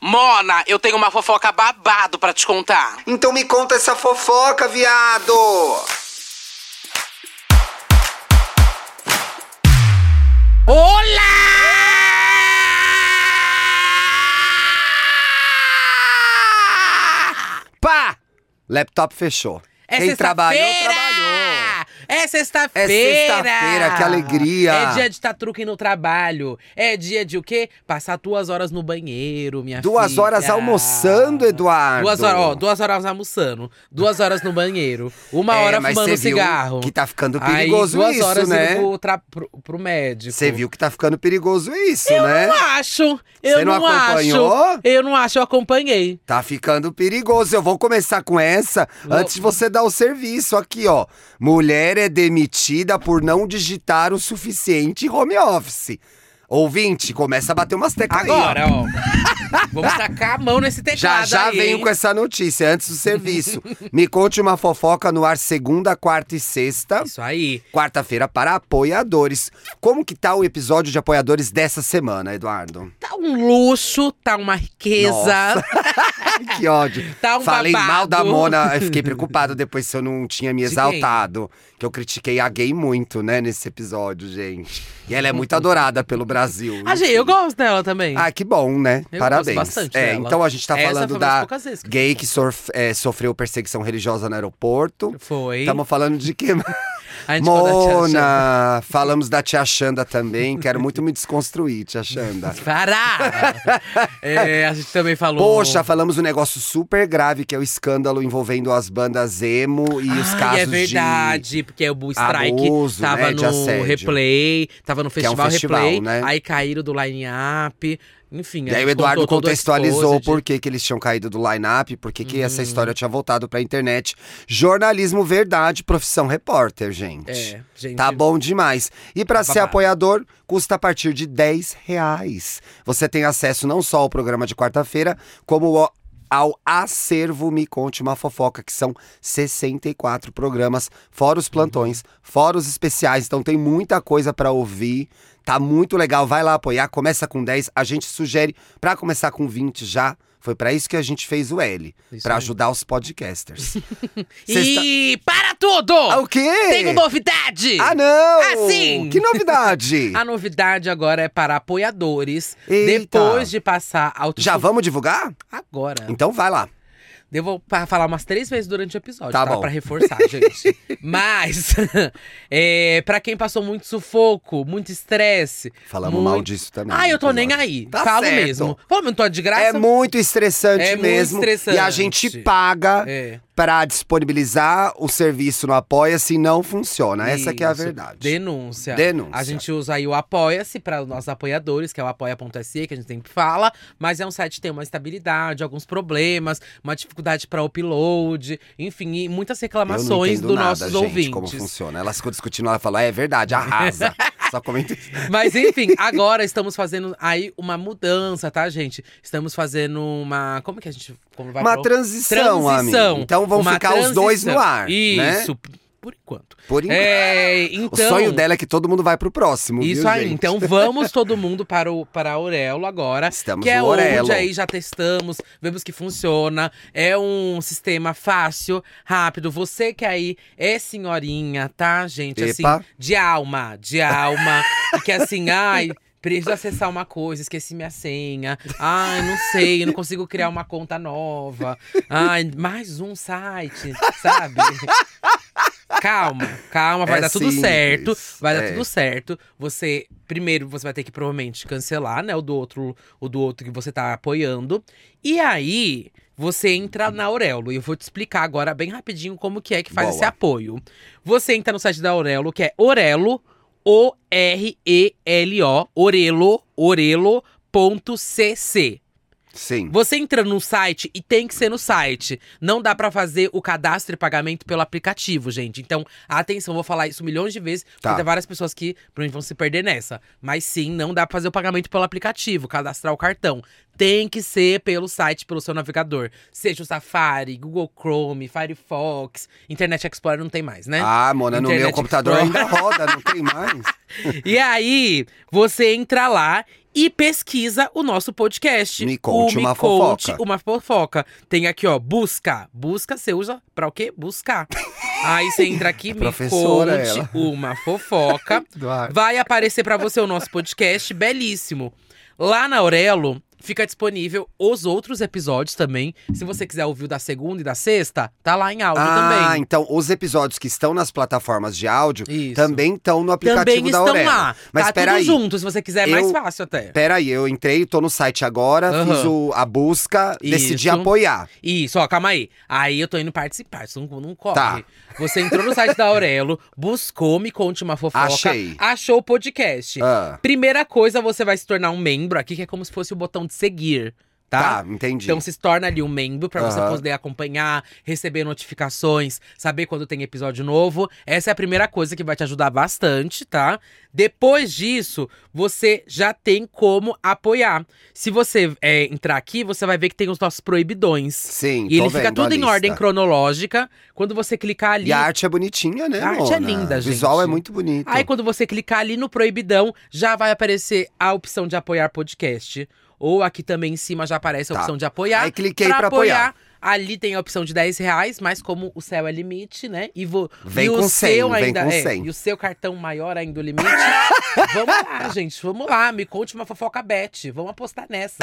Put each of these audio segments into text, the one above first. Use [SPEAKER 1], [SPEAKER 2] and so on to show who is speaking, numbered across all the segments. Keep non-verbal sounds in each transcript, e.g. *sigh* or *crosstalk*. [SPEAKER 1] Mona, eu tenho uma fofoca babado pra te contar.
[SPEAKER 2] Então me conta essa fofoca, viado!
[SPEAKER 1] Olá!
[SPEAKER 2] Pá! Laptop fechou.
[SPEAKER 1] É
[SPEAKER 2] Quem trabalhou,
[SPEAKER 1] sexta-feira!
[SPEAKER 2] trabalhou.
[SPEAKER 1] É sexta-feira!
[SPEAKER 2] É sexta-feira, que alegria!
[SPEAKER 1] É dia de tatruque no trabalho. É dia de o quê? Passar duas horas no banheiro, minha
[SPEAKER 2] Duas
[SPEAKER 1] filha.
[SPEAKER 2] horas almoçando, Eduardo.
[SPEAKER 1] Duas horas, ó, duas horas almoçando, duas horas no banheiro, uma
[SPEAKER 2] É,
[SPEAKER 1] hora
[SPEAKER 2] mas
[SPEAKER 1] fumando um
[SPEAKER 2] você viu
[SPEAKER 1] cigarro.
[SPEAKER 2] Que tá ficando
[SPEAKER 1] Aí,
[SPEAKER 2] perigoso
[SPEAKER 1] duas
[SPEAKER 2] isso,
[SPEAKER 1] horas
[SPEAKER 2] né?
[SPEAKER 1] indo pro, tra- pro- pro médico.
[SPEAKER 2] Você viu que tá ficando perigoso isso,
[SPEAKER 1] Eu
[SPEAKER 2] né?
[SPEAKER 1] não acho. Eu
[SPEAKER 2] Você não acompanhou?
[SPEAKER 1] acho. Eu não acho, eu acompanhei.
[SPEAKER 2] Tá ficando perigoso. Eu vou começar com essa
[SPEAKER 1] Vou-
[SPEAKER 2] antes de você dar o serviço aqui, ó. Mulher é demitida por não digitar o suficiente em home office. Ouvinte, começa a bater umas teclas aí, ó.
[SPEAKER 1] Agora, ó. Vamos tacar a mão nesse
[SPEAKER 2] Já
[SPEAKER 1] teclado
[SPEAKER 2] já
[SPEAKER 1] aí,
[SPEAKER 2] venho
[SPEAKER 1] hein?
[SPEAKER 2] com essa notícia antes do serviço.
[SPEAKER 1] *laughs*
[SPEAKER 2] Me conte uma fofoca no ar segunda, quarta e sexta.
[SPEAKER 1] Isso aí.
[SPEAKER 2] Quarta-feira para apoiadores. Como que tá o episódio de apoiadores dessa semana, Eduardo?
[SPEAKER 1] Tá um luxo, tá uma riqueza.
[SPEAKER 2] Que ódio.
[SPEAKER 1] *laughs* Tá um
[SPEAKER 2] Falei
[SPEAKER 1] babado.
[SPEAKER 2] mal da Mona, eu fiquei preocupado depois se eu não tinha me
[SPEAKER 1] De quem?
[SPEAKER 2] exaltado. Que eu critiquei a gay muito, né, nesse episódio, gente. E ela
[SPEAKER 1] *laughs*
[SPEAKER 2] é muito adorada pelo Brasil.
[SPEAKER 1] Ah, gente, eu gosto dela também.
[SPEAKER 2] Ah, que bom, né?
[SPEAKER 1] Eu
[SPEAKER 2] Parabéns.
[SPEAKER 1] gosto bastante
[SPEAKER 2] é,
[SPEAKER 1] dela.
[SPEAKER 2] então a gente tá
[SPEAKER 1] Essa
[SPEAKER 2] falando
[SPEAKER 1] foi uma das
[SPEAKER 2] da
[SPEAKER 1] poucas vezes que
[SPEAKER 2] gay que sorf- é, sofreu perseguição religiosa no aeroporto.
[SPEAKER 1] Foi.
[SPEAKER 2] Estamos falando de
[SPEAKER 1] *laughs*
[SPEAKER 2] que?
[SPEAKER 1] A gente falou da Tia Xanda.
[SPEAKER 2] Tá Mona! Falamos da Tia Xanda também. Quero muito me desconstruir, Tia Xanda.
[SPEAKER 1] Para!
[SPEAKER 2] *laughs*
[SPEAKER 1] É, a gente também falou.
[SPEAKER 2] Poxa, falamos um negócio super grave, que é o escândalo envolvendo as bandas emo e os
[SPEAKER 1] Ai,
[SPEAKER 2] casos
[SPEAKER 1] é verdade, porque o Strike
[SPEAKER 2] abuso,
[SPEAKER 1] tava
[SPEAKER 2] né, de assédio.
[SPEAKER 1] no replay, tava no
[SPEAKER 2] é um
[SPEAKER 1] festival,
[SPEAKER 2] festival,
[SPEAKER 1] replay,
[SPEAKER 2] né?
[SPEAKER 1] aí caíram do line-up, enfim.
[SPEAKER 2] de...
[SPEAKER 1] a
[SPEAKER 2] E aí o
[SPEAKER 1] gente
[SPEAKER 2] Eduardo
[SPEAKER 1] contou todo o
[SPEAKER 2] contextualizou
[SPEAKER 1] exposed.
[SPEAKER 2] por que, que eles tinham caído do line-up, por que, que
[SPEAKER 1] Uhum.
[SPEAKER 2] essa história tinha voltado pra internet. Jornalismo verdade, profissão repórter, gente.
[SPEAKER 1] É, gente.
[SPEAKER 2] Tá bom demais. E pra ser
[SPEAKER 1] Babado.
[SPEAKER 2] apoiador, custa a partir de 10 reais. Você tem acesso não só ao programa de quarta-feira, como ao, ao acervo Me Conte Uma Fofoca, que são 64 programas, fora os plantões, fora os especiais. Então tem muita coisa pra ouvir. Tá muito legal. Vai lá apoiar. Começa com 10. A gente sugere pra começar com 20 já. Foi pra isso que a gente fez o L,
[SPEAKER 1] Isso
[SPEAKER 2] Pra
[SPEAKER 1] aí.
[SPEAKER 2] ajudar os podcasters. Sexta-
[SPEAKER 1] E para tudo!
[SPEAKER 2] tá- Ah, o quê?
[SPEAKER 1] Tenho novidade!
[SPEAKER 2] Ah, não!
[SPEAKER 1] Assim.
[SPEAKER 2] Que
[SPEAKER 1] *laughs*
[SPEAKER 2] novidade!
[SPEAKER 1] A novidade agora é para apoiadores.
[SPEAKER 2] Eita.
[SPEAKER 1] Depois de passar ao
[SPEAKER 2] Já vamos divulgar?
[SPEAKER 1] agora.
[SPEAKER 2] Então vai lá.
[SPEAKER 1] Eu vou pa- falar umas três vezes durante o episódio,
[SPEAKER 2] Tá
[SPEAKER 1] tá?
[SPEAKER 2] bom.
[SPEAKER 1] Pra
[SPEAKER 2] *laughs*
[SPEAKER 1] reforçar, gente. Mas, *laughs* é, pra quem passou muito sufoco, muito estresse.
[SPEAKER 2] Falamos
[SPEAKER 1] muito...
[SPEAKER 2] mal disso também.
[SPEAKER 1] Ah, eu tô
[SPEAKER 2] episódio.
[SPEAKER 1] nem aí.
[SPEAKER 2] Tá
[SPEAKER 1] Falo
[SPEAKER 2] certo.
[SPEAKER 1] mesmo. Falo, não tô de graça.
[SPEAKER 2] É muito estressante
[SPEAKER 1] É muito
[SPEAKER 2] mesmo. E a
[SPEAKER 1] estressante.
[SPEAKER 2] gente paga
[SPEAKER 1] É.
[SPEAKER 2] pra disponibilizar o serviço no Apoia-se e não funciona. Essa que é a
[SPEAKER 1] Isso.
[SPEAKER 2] verdade.
[SPEAKER 1] Denúncia.
[SPEAKER 2] Denúncia.
[SPEAKER 1] A gente usa aí o Apoia-se para os nossos apoiadores, que é o apoia.se, que a gente sempre fala, mas é um site que tem uma estabilidade, alguns problemas, uma dificuldade para upload, enfim, e muitas
[SPEAKER 2] Eu não
[SPEAKER 1] reclamações
[SPEAKER 2] entendo
[SPEAKER 1] dos
[SPEAKER 2] nada,
[SPEAKER 1] nossos
[SPEAKER 2] gente,
[SPEAKER 1] ouvintes.
[SPEAKER 2] como funciona. Elas ficam discutindo, ela fala, é verdade,
[SPEAKER 1] *laughs*
[SPEAKER 2] arrasa. Só comenta isso.
[SPEAKER 1] Mas
[SPEAKER 2] *laughs*
[SPEAKER 1] enfim, agora estamos fazendo aí uma mudança, tá, gente? Estamos fazendo uma. Como que a gente. Como vai
[SPEAKER 2] Uma
[SPEAKER 1] pro-
[SPEAKER 2] transição,
[SPEAKER 1] transição.
[SPEAKER 2] amigo. Então vão
[SPEAKER 1] Uma
[SPEAKER 2] ficar os dois no
[SPEAKER 1] transição.
[SPEAKER 2] ar, né?
[SPEAKER 1] Isso, por enquanto.
[SPEAKER 2] Por enquanto.
[SPEAKER 1] É,
[SPEAKER 2] O
[SPEAKER 1] então.
[SPEAKER 2] sonho dela é que todo mundo vai pro próximo,
[SPEAKER 1] Isso
[SPEAKER 2] viu,
[SPEAKER 1] aí,
[SPEAKER 2] gente?
[SPEAKER 1] então vamos todo mundo para o para a Aurelo agora.
[SPEAKER 2] Estamos
[SPEAKER 1] que é
[SPEAKER 2] no Orelo.
[SPEAKER 1] onde aí já testamos, vemos que funciona. É um sistema fácil, rápido. Você que aí é senhorinha, tá, gente?
[SPEAKER 2] Epa.
[SPEAKER 1] Assim, de alma, de alma. E que assim, ai. Preciso acessar uma coisa, esqueci minha senha. Ai, não sei, não consigo criar uma conta nova. Ai, mais um site, sabe? Calma, calma, vai
[SPEAKER 2] É
[SPEAKER 1] dar tudo
[SPEAKER 2] simples,
[SPEAKER 1] certo. Vai dar
[SPEAKER 2] é.
[SPEAKER 1] tudo certo. Você primeiro você vai ter que provavelmente cancelar, né, o do outro, o do outro que você tá apoiando. E aí você entra na Aurelo e eu vou te explicar agora bem rapidinho como que é que faz
[SPEAKER 2] Boa.
[SPEAKER 1] esse apoio. Você entra no site da Aurelo, que é Orelo, O R E L O, Orelo, orelo.cc.
[SPEAKER 2] Sim.
[SPEAKER 1] Você entra no site e tem que ser no site. Não dá pra fazer o cadastro e pagamento pelo aplicativo, gente. Então, atenção, vou falar isso milhões de vezes,
[SPEAKER 2] Tá.
[SPEAKER 1] porque tem várias pessoas que provavelmente vão se perder nessa. Mas sim, não dá pra fazer o pagamento pelo aplicativo, cadastrar o cartão. tem que ser pelo site, pelo seu navegador. Seja o Safari, Google Chrome, Firefox, Internet Explorer não tem mais, né?
[SPEAKER 2] Ah, Mona, no meu
[SPEAKER 1] Internet
[SPEAKER 2] computador
[SPEAKER 1] Explorer.
[SPEAKER 2] ainda roda, não tem
[SPEAKER 1] *laughs*
[SPEAKER 2] mais.
[SPEAKER 1] E aí, você entra lá e pesquisa o nosso podcast.
[SPEAKER 2] Me conte
[SPEAKER 1] o
[SPEAKER 2] uma
[SPEAKER 1] Me Conte
[SPEAKER 2] fofoca.
[SPEAKER 1] Uma fofoca. Tem aqui, ó, busca. Busca, você usa pra o quê?
[SPEAKER 2] *laughs*
[SPEAKER 1] Buscar. aí você entra aqui, me conte
[SPEAKER 2] professora, ela.
[SPEAKER 1] uma fofoca.
[SPEAKER 2] Eduardo.
[SPEAKER 1] Vai aparecer pra você o nosso podcast, belíssimo. Lá na Aurelo fica disponível os outros episódios também. Se você quiser ouvir o da segunda e da sexta, tá lá em áudio
[SPEAKER 2] Ah,
[SPEAKER 1] também.
[SPEAKER 2] então os episódios que estão nas plataformas de áudio
[SPEAKER 1] Isso.
[SPEAKER 2] então. também estão no aplicativo
[SPEAKER 1] Também
[SPEAKER 2] da
[SPEAKER 1] estão
[SPEAKER 2] Aurela.
[SPEAKER 1] lá.
[SPEAKER 2] Mas
[SPEAKER 1] tá tudo
[SPEAKER 2] peraí.
[SPEAKER 1] junto, se você quiser, é mais
[SPEAKER 2] Eu-
[SPEAKER 1] fácil até.
[SPEAKER 2] Peraí, eu entrei, tô no site agora,
[SPEAKER 1] Aham.
[SPEAKER 2] fiz o- a busca, decidi
[SPEAKER 1] Isso.
[SPEAKER 2] apoiar.
[SPEAKER 1] Isso, ó, calma aí. Aí eu tô indo participar, isso não, não corre.
[SPEAKER 2] Tá.
[SPEAKER 1] Você entrou no site da Aurelo, *laughs* buscou Me Conte Uma Fofoca.
[SPEAKER 2] Achei.
[SPEAKER 1] Achou o podcast.
[SPEAKER 2] Ah,
[SPEAKER 1] Primeira coisa, você vai se tornar um membro aqui, que é como se fosse o botão de seguir, tá?
[SPEAKER 2] tá, entendi.
[SPEAKER 1] Então se torna ali um membro pra você
[SPEAKER 2] Aham.
[SPEAKER 1] poder acompanhar, receber notificações, saber quando tem episódio novo. Essa é a primeira coisa que vai te ajudar bastante, tá? Depois disso, você já tem como apoiar. Se você é, entrar aqui, você vai ver que tem os nossos proibidões.
[SPEAKER 2] Sim,
[SPEAKER 1] E
[SPEAKER 2] tô
[SPEAKER 1] ele fica
[SPEAKER 2] vendo a
[SPEAKER 1] tudo em
[SPEAKER 2] lista.
[SPEAKER 1] ordem cronológica. Quando você clicar ali,
[SPEAKER 2] E a arte é bonitinha, né?
[SPEAKER 1] A arte é
[SPEAKER 2] Mona?
[SPEAKER 1] linda,
[SPEAKER 2] O visual
[SPEAKER 1] gente.
[SPEAKER 2] é muito bonito.
[SPEAKER 1] Aí quando você clicar ali no proibidão, já vai aparecer a opção de apoiar podcast. Ou aqui também em cima já aparece a
[SPEAKER 2] Tá.
[SPEAKER 1] opção de apoiar.
[SPEAKER 2] Aí cliquei pra apoiar.
[SPEAKER 1] Ali tem a opção de 10 reais, mas como o céu é limite, né? E, vo...
[SPEAKER 2] Vem
[SPEAKER 1] e o
[SPEAKER 2] com 100,
[SPEAKER 1] seu
[SPEAKER 2] vem
[SPEAKER 1] ainda
[SPEAKER 2] com
[SPEAKER 1] é,
[SPEAKER 2] 100.
[SPEAKER 1] E o seu cartão maior ainda o limite. *laughs* vamos lá, gente, vamos lá. Me conte uma fofoca bet. Vamos apostar
[SPEAKER 2] *laughs*
[SPEAKER 1] nessa.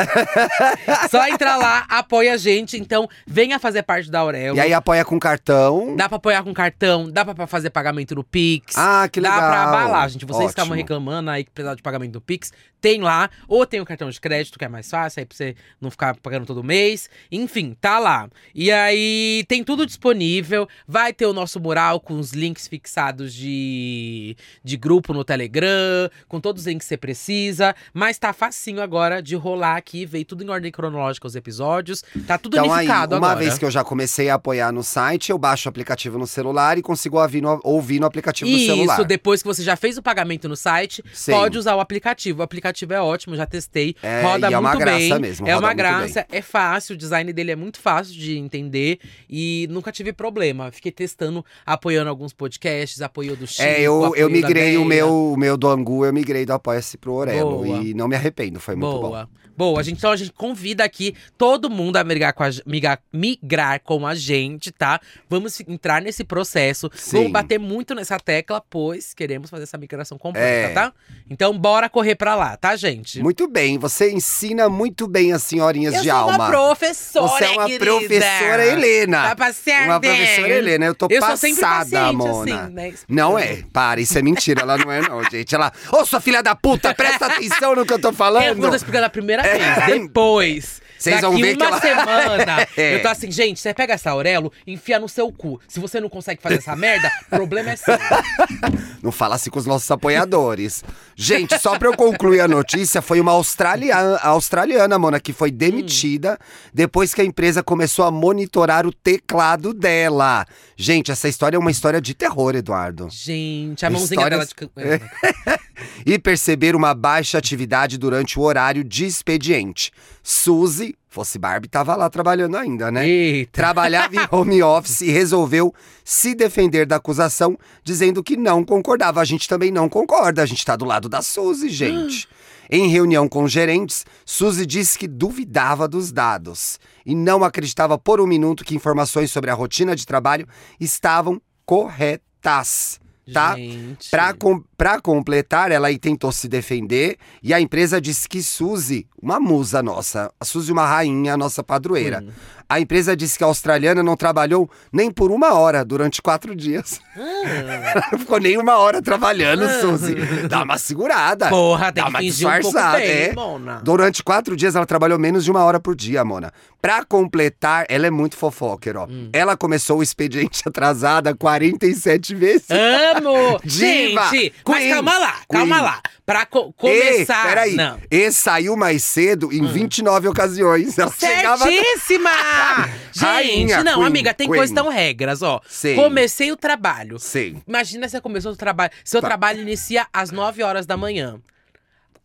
[SPEAKER 1] Só entrar lá, apoia a gente. Então, venha fazer parte da Aurelo.
[SPEAKER 2] E aí apoia com cartão.
[SPEAKER 1] Dá pra apoiar com cartão, dá pra fazer pagamento no Pix.
[SPEAKER 2] Ah, que legal.
[SPEAKER 1] Dá pra abalar, gente. Vocês estavam
[SPEAKER 2] Ótimo.
[SPEAKER 1] reclamando aí que precisava de pagamento do Pix. Tem lá. Ou tem o cartão de crédito, que é mais fácil, aí pra você não ficar pagando todo mês. Enfim, tá lá. E aí tem tudo disponível. Vai ter o nosso mural com os links fixados de, de grupo no Telegram, com todos os links que você precisa. Mas tá facinho agora de rolar aqui. Veio tudo em ordem cronológica os episódios. Tá tudo
[SPEAKER 2] Então aí, uma
[SPEAKER 1] unificado agora.
[SPEAKER 2] vez que eu já comecei a apoiar no site, eu baixo o aplicativo no celular e consigo ouvir no, ouvir no aplicativo Tipo, do celular.
[SPEAKER 1] Isso, depois que você já fez o pagamento no site,
[SPEAKER 2] Sim.
[SPEAKER 1] pode usar o aplicativo. O aplicativo é ótimo, já testei.
[SPEAKER 2] É,
[SPEAKER 1] roda
[SPEAKER 2] e é uma
[SPEAKER 1] muito
[SPEAKER 2] graça
[SPEAKER 1] bem.
[SPEAKER 2] mesmo,
[SPEAKER 1] é
[SPEAKER 2] roda
[SPEAKER 1] uma
[SPEAKER 2] muito
[SPEAKER 1] graça, é fácil, o design dele é muito fácil de entender e nunca tive problema. Fiquei testando, apoiando alguns podcasts, apoio do Chico,
[SPEAKER 2] É, eu,
[SPEAKER 1] apoio
[SPEAKER 2] eu
[SPEAKER 1] da
[SPEAKER 2] migrei o
[SPEAKER 1] Bella.
[SPEAKER 2] meu, o meu do Angu, eu migrei do Apoia-se pro Orelo.
[SPEAKER 1] Boa.
[SPEAKER 2] E não me arrependo, foi muito bom.
[SPEAKER 1] Boa. Boa, a gente, então a gente convida aqui todo mundo a migrar com a, ge- miga- migrar com a gente, tá? Vamos fi- entrar nesse processo.
[SPEAKER 2] Sim.
[SPEAKER 1] Vamos bater muito nessa tecla, pois queremos fazer essa migração completa,
[SPEAKER 2] É.
[SPEAKER 1] tá? Então bora correr pra lá, tá, gente?
[SPEAKER 2] Muito bem, você ensina muito bem as senhorinhas
[SPEAKER 1] Eu
[SPEAKER 2] de
[SPEAKER 1] sou
[SPEAKER 2] alma.
[SPEAKER 1] uma professora,
[SPEAKER 2] você é uma
[SPEAKER 1] querida.
[SPEAKER 2] professora Helena.
[SPEAKER 1] Tá passeando?
[SPEAKER 2] uma professora Helena, eu tô
[SPEAKER 1] Eu
[SPEAKER 2] passada,
[SPEAKER 1] sou sempre paciente,
[SPEAKER 2] Mona.
[SPEAKER 1] assim, né?
[SPEAKER 2] Não é, para, isso é mentira, ela não é não, gente. Ela, ô sua filha da puta, presta atenção no que eu tô
[SPEAKER 1] É, quando eu tô
[SPEAKER 2] falando.
[SPEAKER 1] explicando a primeira
[SPEAKER 2] É.
[SPEAKER 1] vez, depois.
[SPEAKER 2] *laughs* Vocês vão
[SPEAKER 1] daqui
[SPEAKER 2] ver que
[SPEAKER 1] uma
[SPEAKER 2] ela-
[SPEAKER 1] semana.
[SPEAKER 2] *laughs* É.
[SPEAKER 1] Eu tô assim, gente, você pega essa Aurelo, enfia no seu cu. Se você não consegue fazer essa merda, problema é
[SPEAKER 2] *laughs*
[SPEAKER 1] seu.
[SPEAKER 2] Não fala assim com os nossos apoiadores. Gente, só pra eu concluir a notícia, foi uma australiana, australiana, Mona, que foi demitida depois que a empresa começou a monitorar o teclado dela. Gente, essa história é uma história de terror, Eduardo.
[SPEAKER 1] Gente, a mãozinha
[SPEAKER 2] Histórias-
[SPEAKER 1] dela de. can- é,
[SPEAKER 2] E perceber uma baixa atividade durante o horário de expediente. Suzy, fosse Barbie, tava lá trabalhando ainda, *laughs* né?
[SPEAKER 1] Eita.
[SPEAKER 2] trabalhava em home office e resolveu se defender da acusação, dizendo que não concordava. A gente também não concorda, a gente tá do lado da Suzy, gente. Em reunião com gerentes, Suzy disse que duvidava dos dados e não acreditava por um minuto que informações sobre a rotina de trabalho estavam corretas. Tá?
[SPEAKER 1] Gente.
[SPEAKER 2] Pra, com, pra completar, ela aí tentou se defender e a empresa disse que Suzy, uma musa nossa, a Suzy uma rainha, a nossa padroeira.
[SPEAKER 1] Hum.
[SPEAKER 2] A empresa disse que a australiana não trabalhou nem por uma hora durante quatro dias. *laughs*
[SPEAKER 1] Ah,
[SPEAKER 2] Não ficou nem uma hora trabalhando,
[SPEAKER 1] Ah.
[SPEAKER 2] Suzy. Dá uma segurada.
[SPEAKER 1] Porra, tem
[SPEAKER 2] Dá
[SPEAKER 1] que
[SPEAKER 2] uma
[SPEAKER 1] fingir um pouco
[SPEAKER 2] disfarçada,
[SPEAKER 1] bem,
[SPEAKER 2] é.
[SPEAKER 1] hein, Mona.
[SPEAKER 2] Durante quatro dias, ela trabalhou menos de uma hora por dia, Mona. Pra completar, ela é muito fofoqueira, ó. Ela começou o expediente *laughs* atrasada 47 vezes.
[SPEAKER 1] Amo!
[SPEAKER 2] *laughs* Diva,
[SPEAKER 1] Gente,
[SPEAKER 2] queen,
[SPEAKER 1] mas calma lá, calma
[SPEAKER 2] queen.
[SPEAKER 1] lá. Pra co- começar.
[SPEAKER 2] Ei, peraí.
[SPEAKER 1] Não. Hum.
[SPEAKER 2] E saiu mais cedo em 29 ocasiões. Ela chegava. *laughs*
[SPEAKER 1] Certíssima! Gente,
[SPEAKER 2] Rainha,
[SPEAKER 1] não,
[SPEAKER 2] queen,
[SPEAKER 1] amiga, tem
[SPEAKER 2] queen.
[SPEAKER 1] coisas tão regras, ó.
[SPEAKER 2] Sim.
[SPEAKER 1] Comecei o trabalho.
[SPEAKER 2] Sim,
[SPEAKER 1] Imagina se eu começou o trabalho. Seu
[SPEAKER 2] Tá.
[SPEAKER 1] trabalho inicia às 9 horas da manhã.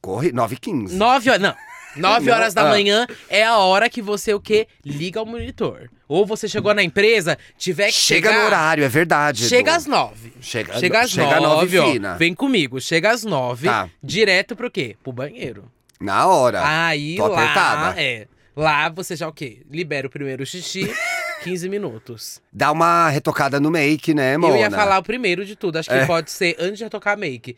[SPEAKER 2] corre 9h15.
[SPEAKER 1] 9 horas. Não. 9
[SPEAKER 2] Não,
[SPEAKER 1] horas da
[SPEAKER 2] ah.
[SPEAKER 1] manhã é a hora que você o quê? Liga o monitor. Ou você chegou na empresa, tiver que
[SPEAKER 2] Chega
[SPEAKER 1] chegar,
[SPEAKER 2] no horário, é verdade.
[SPEAKER 1] Chega
[SPEAKER 2] Edu.
[SPEAKER 1] às 9.
[SPEAKER 2] Chega,
[SPEAKER 1] Chega às
[SPEAKER 2] chega
[SPEAKER 1] 9, ó.
[SPEAKER 2] fina.
[SPEAKER 1] Vem comigo, chega às 9,
[SPEAKER 2] Tá.
[SPEAKER 1] direto pro quê? Pro banheiro.
[SPEAKER 2] Na hora.
[SPEAKER 1] Aí
[SPEAKER 2] tô
[SPEAKER 1] lá,
[SPEAKER 2] apertada.
[SPEAKER 1] é. Lá você já o quê? Libera o primeiro
[SPEAKER 2] *laughs*
[SPEAKER 1] xixi, 15 minutos.
[SPEAKER 2] Dá uma retocada no make, né, mona?
[SPEAKER 1] Eu ia falar o primeiro de tudo, acho que
[SPEAKER 2] É.
[SPEAKER 1] pode ser antes de retocar make.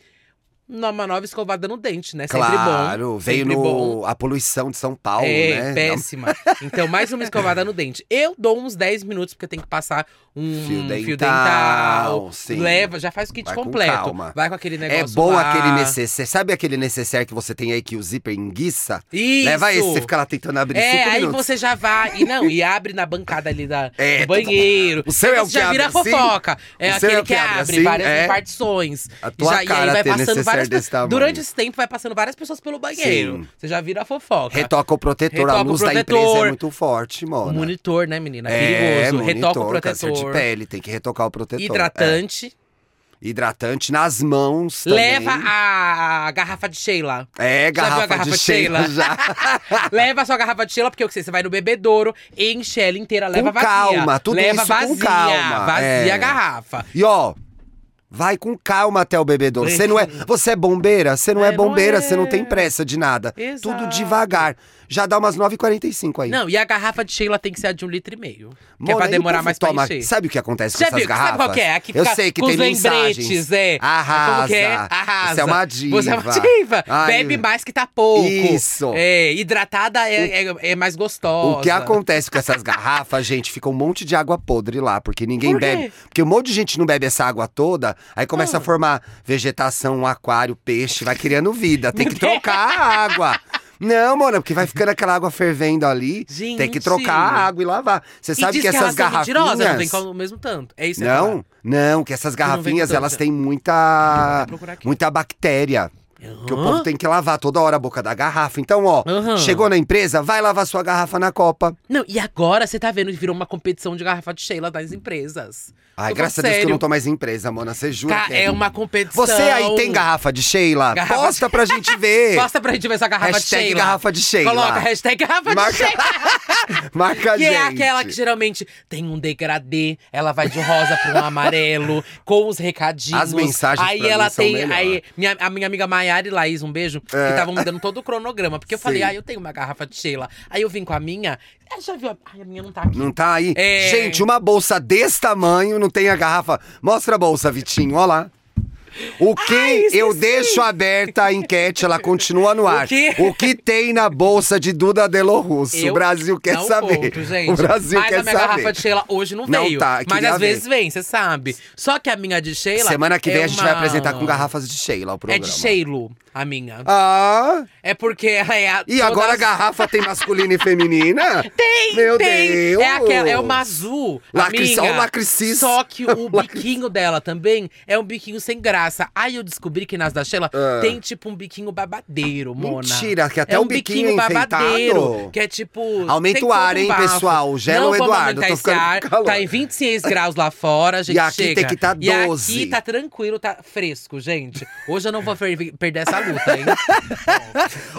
[SPEAKER 1] Uma nova escovada no dente, né? Sempre
[SPEAKER 2] Claro,
[SPEAKER 1] bom.
[SPEAKER 2] veio
[SPEAKER 1] sempre
[SPEAKER 2] no
[SPEAKER 1] bom.
[SPEAKER 2] a poluição de São Paulo,
[SPEAKER 1] é,
[SPEAKER 2] né?
[SPEAKER 1] péssima. Então, mais uma escovada no dente. Eu dou uns 10 minutos, porque tem que passar um
[SPEAKER 2] Fio
[SPEAKER 1] fio dental.
[SPEAKER 2] dental, sim.
[SPEAKER 1] Leva, já faz o kit
[SPEAKER 2] Vai com
[SPEAKER 1] completo.
[SPEAKER 2] calma.
[SPEAKER 1] Vai com aquele negócio.
[SPEAKER 2] É bom
[SPEAKER 1] lá.
[SPEAKER 2] aquele necessaire. Sabe aquele necessaire que você tem aí que o zíper enguiça?
[SPEAKER 1] Isso.
[SPEAKER 2] Leva esse, você fica lá tentando abrir
[SPEAKER 1] É,
[SPEAKER 2] cinco
[SPEAKER 1] aí
[SPEAKER 2] minutos.
[SPEAKER 1] você já vai. E não, e abre na bancada ali da,
[SPEAKER 2] É,
[SPEAKER 1] do banheiro.
[SPEAKER 2] O seu é
[SPEAKER 1] Aí
[SPEAKER 2] o
[SPEAKER 1] você
[SPEAKER 2] que
[SPEAKER 1] já
[SPEAKER 2] abre
[SPEAKER 1] vira
[SPEAKER 2] assim?
[SPEAKER 1] fofoca. É
[SPEAKER 2] O seu
[SPEAKER 1] aquele
[SPEAKER 2] é o
[SPEAKER 1] que,
[SPEAKER 2] que
[SPEAKER 1] abre,
[SPEAKER 2] abre assim?
[SPEAKER 1] várias
[SPEAKER 2] É.
[SPEAKER 1] repartições.
[SPEAKER 2] A tua
[SPEAKER 1] já,
[SPEAKER 2] cara
[SPEAKER 1] e aí vai
[SPEAKER 2] ter
[SPEAKER 1] passando
[SPEAKER 2] necessaire
[SPEAKER 1] várias
[SPEAKER 2] desse tamanho.
[SPEAKER 1] Durante esse tempo vai passando várias pessoas pelo banheiro.
[SPEAKER 2] Sim.
[SPEAKER 1] Você já vira a fofoca.
[SPEAKER 2] Retoca o protetor, a
[SPEAKER 1] Retoca o
[SPEAKER 2] luz da empresa
[SPEAKER 1] protetor.
[SPEAKER 2] é muito forte,
[SPEAKER 1] O
[SPEAKER 2] mona.
[SPEAKER 1] monitor, né, menina?
[SPEAKER 2] é,
[SPEAKER 1] Perigoso.
[SPEAKER 2] monitor,
[SPEAKER 1] Retoca o
[SPEAKER 2] câncer de
[SPEAKER 1] protetor.
[SPEAKER 2] pele, tem que retocar o protetor. É.
[SPEAKER 1] Hidratante.
[SPEAKER 2] Hidratante nas mãos também.
[SPEAKER 1] Leva a garrafa de
[SPEAKER 2] *laughs*
[SPEAKER 1] Sheila.
[SPEAKER 2] É,
[SPEAKER 1] viu a
[SPEAKER 2] garrafa,
[SPEAKER 1] garrafa
[SPEAKER 2] de
[SPEAKER 1] de
[SPEAKER 2] Sheila
[SPEAKER 1] Sheila?
[SPEAKER 2] já.
[SPEAKER 1] Leva a sua garrafa de Sheila, porque o que sei, você vai no bebedouro, enche ela inteira, leva vazia.
[SPEAKER 2] calma, tudo
[SPEAKER 1] leva
[SPEAKER 2] isso com
[SPEAKER 1] vazia,
[SPEAKER 2] calma,
[SPEAKER 1] Vazia
[SPEAKER 2] é.
[SPEAKER 1] a garrafa.
[SPEAKER 2] E ó, vai com calma até o bebedouro. Você não é, você é bombeira, você não é,
[SPEAKER 1] É, não
[SPEAKER 2] bombeira,
[SPEAKER 1] é.
[SPEAKER 2] você não tem pressa de nada. Tudo
[SPEAKER 1] Exato.
[SPEAKER 2] devagar. Já dá umas 9h45 aí.
[SPEAKER 1] Não, e a garrafa de Sheila tem que ser a de um litro e meio. Que é
[SPEAKER 2] Mona,
[SPEAKER 1] pra
[SPEAKER 2] e o
[SPEAKER 1] demorar
[SPEAKER 2] povo
[SPEAKER 1] mais pra
[SPEAKER 2] toma-
[SPEAKER 1] encher.
[SPEAKER 2] Sabe o que acontece com
[SPEAKER 1] Já
[SPEAKER 2] essas
[SPEAKER 1] viu?
[SPEAKER 2] garrafas?
[SPEAKER 1] Sabe qual que é? A que
[SPEAKER 2] Eu
[SPEAKER 1] fica
[SPEAKER 2] sei que
[SPEAKER 1] com
[SPEAKER 2] tem
[SPEAKER 1] os lembretes,
[SPEAKER 2] mensagens.
[SPEAKER 1] é.
[SPEAKER 2] Arrasa.
[SPEAKER 1] Como que é? Arrasa.
[SPEAKER 2] Você é uma
[SPEAKER 1] Você é uma
[SPEAKER 2] diva.
[SPEAKER 1] diva.
[SPEAKER 2] Ai.
[SPEAKER 1] Bebe mais que tá pouco.
[SPEAKER 2] Isso.
[SPEAKER 1] É, hidratada é, é- é mais gostosa.
[SPEAKER 2] O que acontece
[SPEAKER 1] *laughs*
[SPEAKER 2] com essas garrafas, gente, fica um monte de água podre lá, porque ninguém
[SPEAKER 1] Por quê?
[SPEAKER 2] bebe. Porque um monte de gente não bebe essa água toda, aí começa
[SPEAKER 1] Ah.
[SPEAKER 2] a formar vegetação, um aquário, peixe, vai criando vida. Tem que
[SPEAKER 1] *laughs* Meu Deus.
[SPEAKER 2] trocar a água. Não, mano, porque vai ficando aquela água fervendo ali.
[SPEAKER 1] Gente.
[SPEAKER 2] Tem que trocar a água e lavar. Você
[SPEAKER 1] E
[SPEAKER 2] sabe
[SPEAKER 1] diz
[SPEAKER 2] que
[SPEAKER 1] elas
[SPEAKER 2] essas
[SPEAKER 1] são mentirosas, Não vem
[SPEAKER 2] garrafinhas.
[SPEAKER 1] com o mesmo tanto. É isso que eu ia falar.
[SPEAKER 2] Não, não, que essas
[SPEAKER 1] vem com
[SPEAKER 2] garrafinhas,
[SPEAKER 1] tanto.
[SPEAKER 2] elas têm
[SPEAKER 1] Vou
[SPEAKER 2] muita.
[SPEAKER 1] procurar aqui.
[SPEAKER 2] muita bactéria. Que o
[SPEAKER 1] Hã?
[SPEAKER 2] povo tem que lavar toda hora a boca da garrafa. Então, ó,
[SPEAKER 1] Aham.
[SPEAKER 2] chegou na empresa, vai lavar sua garrafa na copa.
[SPEAKER 1] Não, e agora você tá vendo que virou uma competição de garrafa de Sheila das empresas.
[SPEAKER 2] Ai,
[SPEAKER 1] Tô
[SPEAKER 2] graças
[SPEAKER 1] falando
[SPEAKER 2] a Deus que eu
[SPEAKER 1] sério.
[SPEAKER 2] não tô mais em empresa, Mona. Você jura
[SPEAKER 1] Ca-
[SPEAKER 2] que
[SPEAKER 1] é uma competição.
[SPEAKER 2] Você aí tem garrafa de Sheila?
[SPEAKER 1] Garrafa
[SPEAKER 2] Posta pra gente ver.
[SPEAKER 1] *laughs* Posta pra gente ver essa garrafa
[SPEAKER 2] hashtag
[SPEAKER 1] de Sheila.
[SPEAKER 2] garrafa de Sheila.
[SPEAKER 1] Coloca hashtag garrafa de Sheila.
[SPEAKER 2] Marca, *laughs* marca a
[SPEAKER 1] Que
[SPEAKER 2] gente.
[SPEAKER 1] é aquela que geralmente tem um degradê, ela vai de rosa pra um
[SPEAKER 2] *laughs*
[SPEAKER 1] amarelo, com os recadinhos.
[SPEAKER 2] As mensagens
[SPEAKER 1] Aí
[SPEAKER 2] pra
[SPEAKER 1] ela
[SPEAKER 2] mim são
[SPEAKER 1] tem.
[SPEAKER 2] melhor. É.
[SPEAKER 1] Aí, minha, a minha amiga Maiara e Laís, um beijo, que estavam me dando todo o cronograma. Porque eu
[SPEAKER 2] *laughs* Sim.
[SPEAKER 1] falei, ah, eu tenho uma garrafa de Sheila. Aí eu vim com a minha. Ah, já viu? a- Ai, a minha não tá aqui.
[SPEAKER 2] Não tá aí?
[SPEAKER 1] É.
[SPEAKER 2] Gente, uma bolsa desse tamanho não tem a garrafa. Mostra a bolsa, Vitinho, ó lá. O que eu deixo aberta a enquete, ela continua no ar.
[SPEAKER 1] quê?
[SPEAKER 2] que tem na bolsa de Duda Delo Russo?
[SPEAKER 1] Eu
[SPEAKER 2] o Brasil quer
[SPEAKER 1] não
[SPEAKER 2] saber.
[SPEAKER 1] conto, gente.
[SPEAKER 2] O Brasil
[SPEAKER 1] Mas
[SPEAKER 2] quer
[SPEAKER 1] a minha
[SPEAKER 2] saber.
[SPEAKER 1] garrafa de Sheila hoje não
[SPEAKER 2] Não
[SPEAKER 1] veio.
[SPEAKER 2] tá,
[SPEAKER 1] mas
[SPEAKER 2] queria
[SPEAKER 1] às
[SPEAKER 2] ver.
[SPEAKER 1] vezes vem, você sabe. Só que a minha de Sheila.
[SPEAKER 2] Semana que vem
[SPEAKER 1] é
[SPEAKER 2] a gente vai
[SPEAKER 1] uma-
[SPEAKER 2] apresentar com garrafas de Sheila o
[SPEAKER 1] É
[SPEAKER 2] programa.
[SPEAKER 1] de Sheilo, a minha.
[SPEAKER 2] Ah!
[SPEAKER 1] É porque ela é a.
[SPEAKER 2] E agora a
[SPEAKER 1] todas-
[SPEAKER 2] garrafa tem masculina e feminina?
[SPEAKER 1] *laughs* Tem,
[SPEAKER 2] Meu
[SPEAKER 1] tem.
[SPEAKER 2] Deus!
[SPEAKER 1] É aquela, é uma azul. a
[SPEAKER 2] Lacre-
[SPEAKER 1] minha.
[SPEAKER 2] ó, o lacricis.
[SPEAKER 1] Só que
[SPEAKER 2] *laughs*
[SPEAKER 1] o biquinho dela também é um biquinho sem graça. Aí eu descobri que nas da Sheila
[SPEAKER 2] Ah.
[SPEAKER 1] tem tipo um biquinho babadeiro, Mona.
[SPEAKER 2] Mentira, que até
[SPEAKER 1] é
[SPEAKER 2] o
[SPEAKER 1] um
[SPEAKER 2] biquinho
[SPEAKER 1] biquinho,
[SPEAKER 2] é enfeitado?
[SPEAKER 1] babadeiro. Que é tipo.
[SPEAKER 2] Aumenta
[SPEAKER 1] tem
[SPEAKER 2] o ar,
[SPEAKER 1] todo um
[SPEAKER 2] hein,
[SPEAKER 1] bafo.
[SPEAKER 2] pessoal? Gela
[SPEAKER 1] Não
[SPEAKER 2] o
[SPEAKER 1] vamos
[SPEAKER 2] Eduardo,
[SPEAKER 1] aumentar
[SPEAKER 2] tô
[SPEAKER 1] esse
[SPEAKER 2] ficando com
[SPEAKER 1] ar.
[SPEAKER 2] calor.
[SPEAKER 1] Tá em 26 graus lá fora, a gente.
[SPEAKER 2] E aqui
[SPEAKER 1] chega.
[SPEAKER 2] tem que tá
[SPEAKER 1] E
[SPEAKER 2] 12.
[SPEAKER 1] aqui tá tranquilo, tá fresco, gente. Hoje eu não vou fer- perder essa luta, hein?
[SPEAKER 2] *laughs*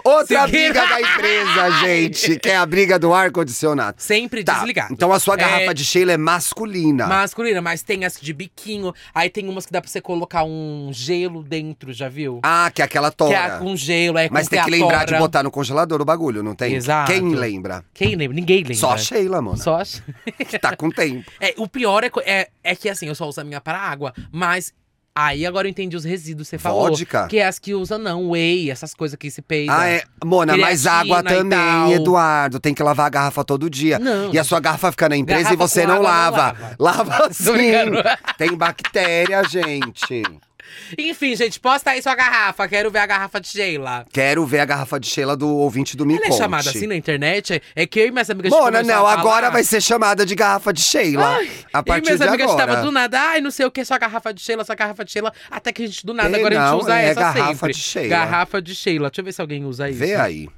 [SPEAKER 2] Outra
[SPEAKER 1] Seguir-
[SPEAKER 2] briga da empresa,
[SPEAKER 1] *laughs*
[SPEAKER 2] gente, que é a briga do ar-condicionado.
[SPEAKER 1] Sempre
[SPEAKER 2] Tá,
[SPEAKER 1] desligado.
[SPEAKER 2] então a sua
[SPEAKER 1] É,
[SPEAKER 2] garrafa de Sheila é masculina.
[SPEAKER 1] Masculina, mas tem as de biquinho. Aí tem umas que dá pra você colocar um gelo dentro, já viu?
[SPEAKER 2] Ah, que é aquela tora.
[SPEAKER 1] Que é com gelo, é com
[SPEAKER 2] Mas tem que
[SPEAKER 1] a
[SPEAKER 2] lembrar de
[SPEAKER 1] tora.
[SPEAKER 2] botar no congelador o bagulho, não tem?
[SPEAKER 1] Exato.
[SPEAKER 2] Quem lembra?
[SPEAKER 1] Quem lembra? Ninguém lembra.
[SPEAKER 2] Só a Sheila, mano.
[SPEAKER 1] Só acha.
[SPEAKER 2] Que tá com
[SPEAKER 1] *laughs*
[SPEAKER 2] tempo.
[SPEAKER 1] É, o pior é, co- é, é que assim, eu só uso a minha para água, mas. Aí agora eu entendi os resíduos, você falou.
[SPEAKER 2] Vodka?
[SPEAKER 1] Que é as que usam, não, whey, essas coisas que se peida.
[SPEAKER 2] Ah, é. Mona, mas
[SPEAKER 1] Creatina
[SPEAKER 2] água
[SPEAKER 1] e tal.
[SPEAKER 2] também, Eduardo. Tem que lavar a garrafa todo dia.
[SPEAKER 1] Não.
[SPEAKER 2] E a sua garrafa fica na empresa
[SPEAKER 1] Garrafa
[SPEAKER 2] e você
[SPEAKER 1] com
[SPEAKER 2] não
[SPEAKER 1] água não
[SPEAKER 2] lava. Lava
[SPEAKER 1] *laughs* Tô brincando.
[SPEAKER 2] sim. Tem bactéria, gente.
[SPEAKER 1] Enfim, gente, posta aí sua garrafa. Quero ver a garrafa de Sheila.
[SPEAKER 2] Quero ver a garrafa de Sheila do ouvinte do Me
[SPEAKER 1] Ela é
[SPEAKER 2] Conte.
[SPEAKER 1] chamada assim na internet? É- É que eu e minhas amigas
[SPEAKER 2] Mona,
[SPEAKER 1] começou
[SPEAKER 2] não,
[SPEAKER 1] a "Ah,
[SPEAKER 2] agora
[SPEAKER 1] falar.
[SPEAKER 2] vai ser chamada de garrafa de Sheila. a
[SPEAKER 1] E
[SPEAKER 2] partir
[SPEAKER 1] minhas
[SPEAKER 2] de
[SPEAKER 1] amigas
[SPEAKER 2] agora.
[SPEAKER 1] estavam do nada, ai, não sei o que, só garrafa de Sheila, só garrafa de Sheila. Até que a gente, do nada,
[SPEAKER 2] Ei,
[SPEAKER 1] agora a
[SPEAKER 2] não,
[SPEAKER 1] gente usa
[SPEAKER 2] é
[SPEAKER 1] essa
[SPEAKER 2] garrafa
[SPEAKER 1] sempre.
[SPEAKER 2] de Sheila.
[SPEAKER 1] Garrafa de Sheila. Deixa eu ver se alguém usa isso.
[SPEAKER 2] Vê aí.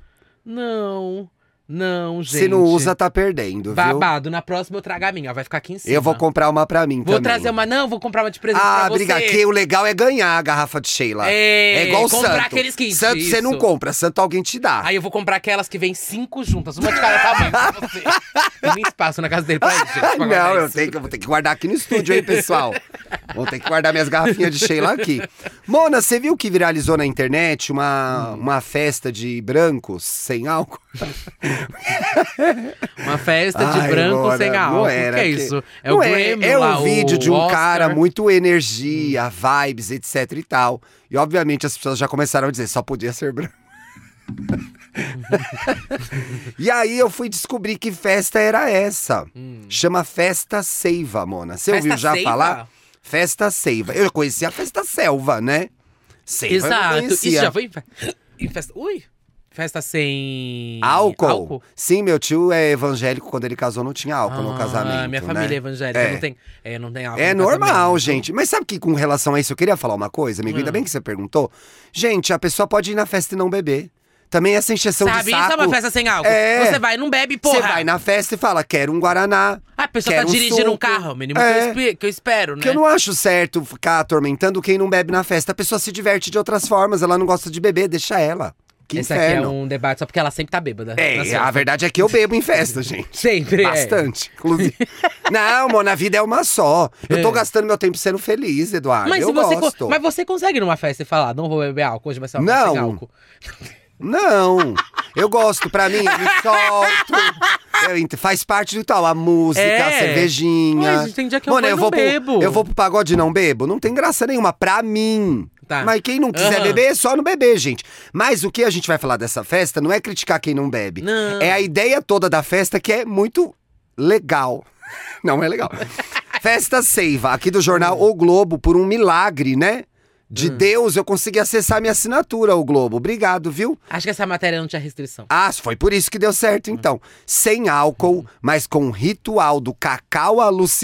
[SPEAKER 1] Não. Não, gente.
[SPEAKER 2] Se não usa, tá perdendo, viu?
[SPEAKER 1] Babado. Na próxima eu trago a minha. Vai ficar aqui em cima.
[SPEAKER 2] Eu vou comprar uma pra mim
[SPEAKER 1] Vou
[SPEAKER 2] também.
[SPEAKER 1] trazer uma. Não, vou comprar uma de presente
[SPEAKER 2] Ah,
[SPEAKER 1] pra você.
[SPEAKER 2] briga, que o legal é ganhar a garrafa de Sheila.
[SPEAKER 1] É,
[SPEAKER 2] igual o
[SPEAKER 1] comprar
[SPEAKER 2] santo.
[SPEAKER 1] aqueles kits,
[SPEAKER 2] santo você não
[SPEAKER 1] isso.
[SPEAKER 2] compra, santo alguém te dá.
[SPEAKER 1] Aí eu vou comprar aquelas que vêm cinco juntas, uma de cada tamanho pra
[SPEAKER 2] *laughs*
[SPEAKER 1] você. Tem nem espaço na casa dele pra isso, gente. pra guardar
[SPEAKER 2] Não, eu,
[SPEAKER 1] isso.
[SPEAKER 2] tenho, que- eu vou ter que guardar aqui no estúdio, hein, pessoal? Vou ter que guardar minhas garrafinhas de Sheila aqui. Mona, você viu que viralizou na internet uma,
[SPEAKER 1] Hum.
[SPEAKER 2] uma festa de brancos sem álcool?
[SPEAKER 1] Uma festa Tá de
[SPEAKER 2] Ai,
[SPEAKER 1] branco
[SPEAKER 2] Mona,
[SPEAKER 1] sem
[SPEAKER 2] não
[SPEAKER 1] álcool. O que
[SPEAKER 2] era
[SPEAKER 1] que é
[SPEAKER 2] que-
[SPEAKER 1] isso? É
[SPEAKER 2] Não
[SPEAKER 1] o Grammy
[SPEAKER 2] é, é um
[SPEAKER 1] lá, o
[SPEAKER 2] vídeo de um
[SPEAKER 1] Oscar.
[SPEAKER 2] cara muito energia, vibes, etc e tal. E obviamente as pessoas já começaram a dizer, só podia ser branco. *laughs* e aí eu fui descobrir que festa era essa. Chama Festa Seiva, Mona. Você
[SPEAKER 1] Hum. Festa
[SPEAKER 2] ouviu já
[SPEAKER 1] Seiva?
[SPEAKER 2] falar? Festa Seiva. Eu conhecia a Festa Selva, né? Seiva Eu não
[SPEAKER 1] Exato. Isso
[SPEAKER 2] conhecia.
[SPEAKER 1] já foi em, fe- em festa. Ui! Festa sem.
[SPEAKER 2] Álcool. Sim, meu tio é evangélico. Quando ele casou, não tinha álcool no
[SPEAKER 1] Ah,
[SPEAKER 2] casamento.
[SPEAKER 1] Minha
[SPEAKER 2] né?
[SPEAKER 1] família é evangélica
[SPEAKER 2] É.
[SPEAKER 1] não tem. É, não tem álcool.
[SPEAKER 2] É
[SPEAKER 1] no casamento.
[SPEAKER 2] normal, gente. Mas sabe que com relação a isso, eu queria falar uma coisa, amigo.
[SPEAKER 1] Ah.
[SPEAKER 2] Ainda bem que você perguntou. Gente, a pessoa pode ir na festa e não beber. Também essa encheção
[SPEAKER 1] Sabe,
[SPEAKER 2] de saco.
[SPEAKER 1] isso é uma festa sem álcool.
[SPEAKER 2] É.
[SPEAKER 1] Você vai, não bebe, porra.
[SPEAKER 2] Você vai na festa e fala, quero um Guaraná.
[SPEAKER 1] Ah, a pessoa
[SPEAKER 2] quer
[SPEAKER 1] tá
[SPEAKER 2] um
[SPEAKER 1] dirigindo um
[SPEAKER 2] suco.
[SPEAKER 1] carro, menino, que, eu
[SPEAKER 2] É.
[SPEAKER 1] espe- que eu espero, né?
[SPEAKER 2] Porque eu não acho certo ficar atormentando quem não bebe na festa. A pessoa se diverte de outras formas, ela não gosta de beber, deixa ela. Que
[SPEAKER 1] Esse aqui é
[SPEAKER 2] inferno.
[SPEAKER 1] um debate só porque ela sempre tá bêbada. na
[SPEAKER 2] É,
[SPEAKER 1] sua.
[SPEAKER 2] a verdade é que eu bebo em festa, gente.
[SPEAKER 1] Sempre. *laughs* é.
[SPEAKER 2] Bastante,
[SPEAKER 1] *laughs*
[SPEAKER 2] inclusive. Não, mano, a vida é uma só. Eu tô gastando meu tempo sendo feliz, Eduardo.
[SPEAKER 1] Mas,
[SPEAKER 2] eu
[SPEAKER 1] se você co-
[SPEAKER 2] gosto.
[SPEAKER 1] mas você consegue numa festa e falar, não vou beber álcool, hoje vai ser uma festa
[SPEAKER 2] Não.
[SPEAKER 1] sem álcool.
[SPEAKER 2] Não, eu gosto, pra mim, eu me solto. Eu ent- faz parte do tal, a música, a
[SPEAKER 1] É.
[SPEAKER 2] cervejinha.
[SPEAKER 1] Mas tem dia que eu vou e não
[SPEAKER 2] vou pro-
[SPEAKER 1] bebo.
[SPEAKER 2] eu vou pro pagode e não bebo? Não tem graça nenhuma, pra mim.
[SPEAKER 1] Tá.
[SPEAKER 2] Mas quem não quiser
[SPEAKER 1] Aham.
[SPEAKER 2] beber, é só não beber, gente. Mas o que a gente vai falar dessa festa não é criticar quem não bebe.
[SPEAKER 1] Não.
[SPEAKER 2] É a ideia toda da festa que é muito legal. *laughs* Não
[SPEAKER 1] *laughs*
[SPEAKER 2] é legal. Festa Seiva, aqui do jornal
[SPEAKER 1] Hum.
[SPEAKER 2] O Globo, por um milagre, né? De Deus, eu consegui acessar minha assinatura, O Globo. Obrigado, viu?
[SPEAKER 1] Acho que essa matéria não tinha restrição.
[SPEAKER 2] Ah, foi por isso que deu certo, então. Sem
[SPEAKER 1] Hum.
[SPEAKER 2] álcool, mas com o ritual do cacau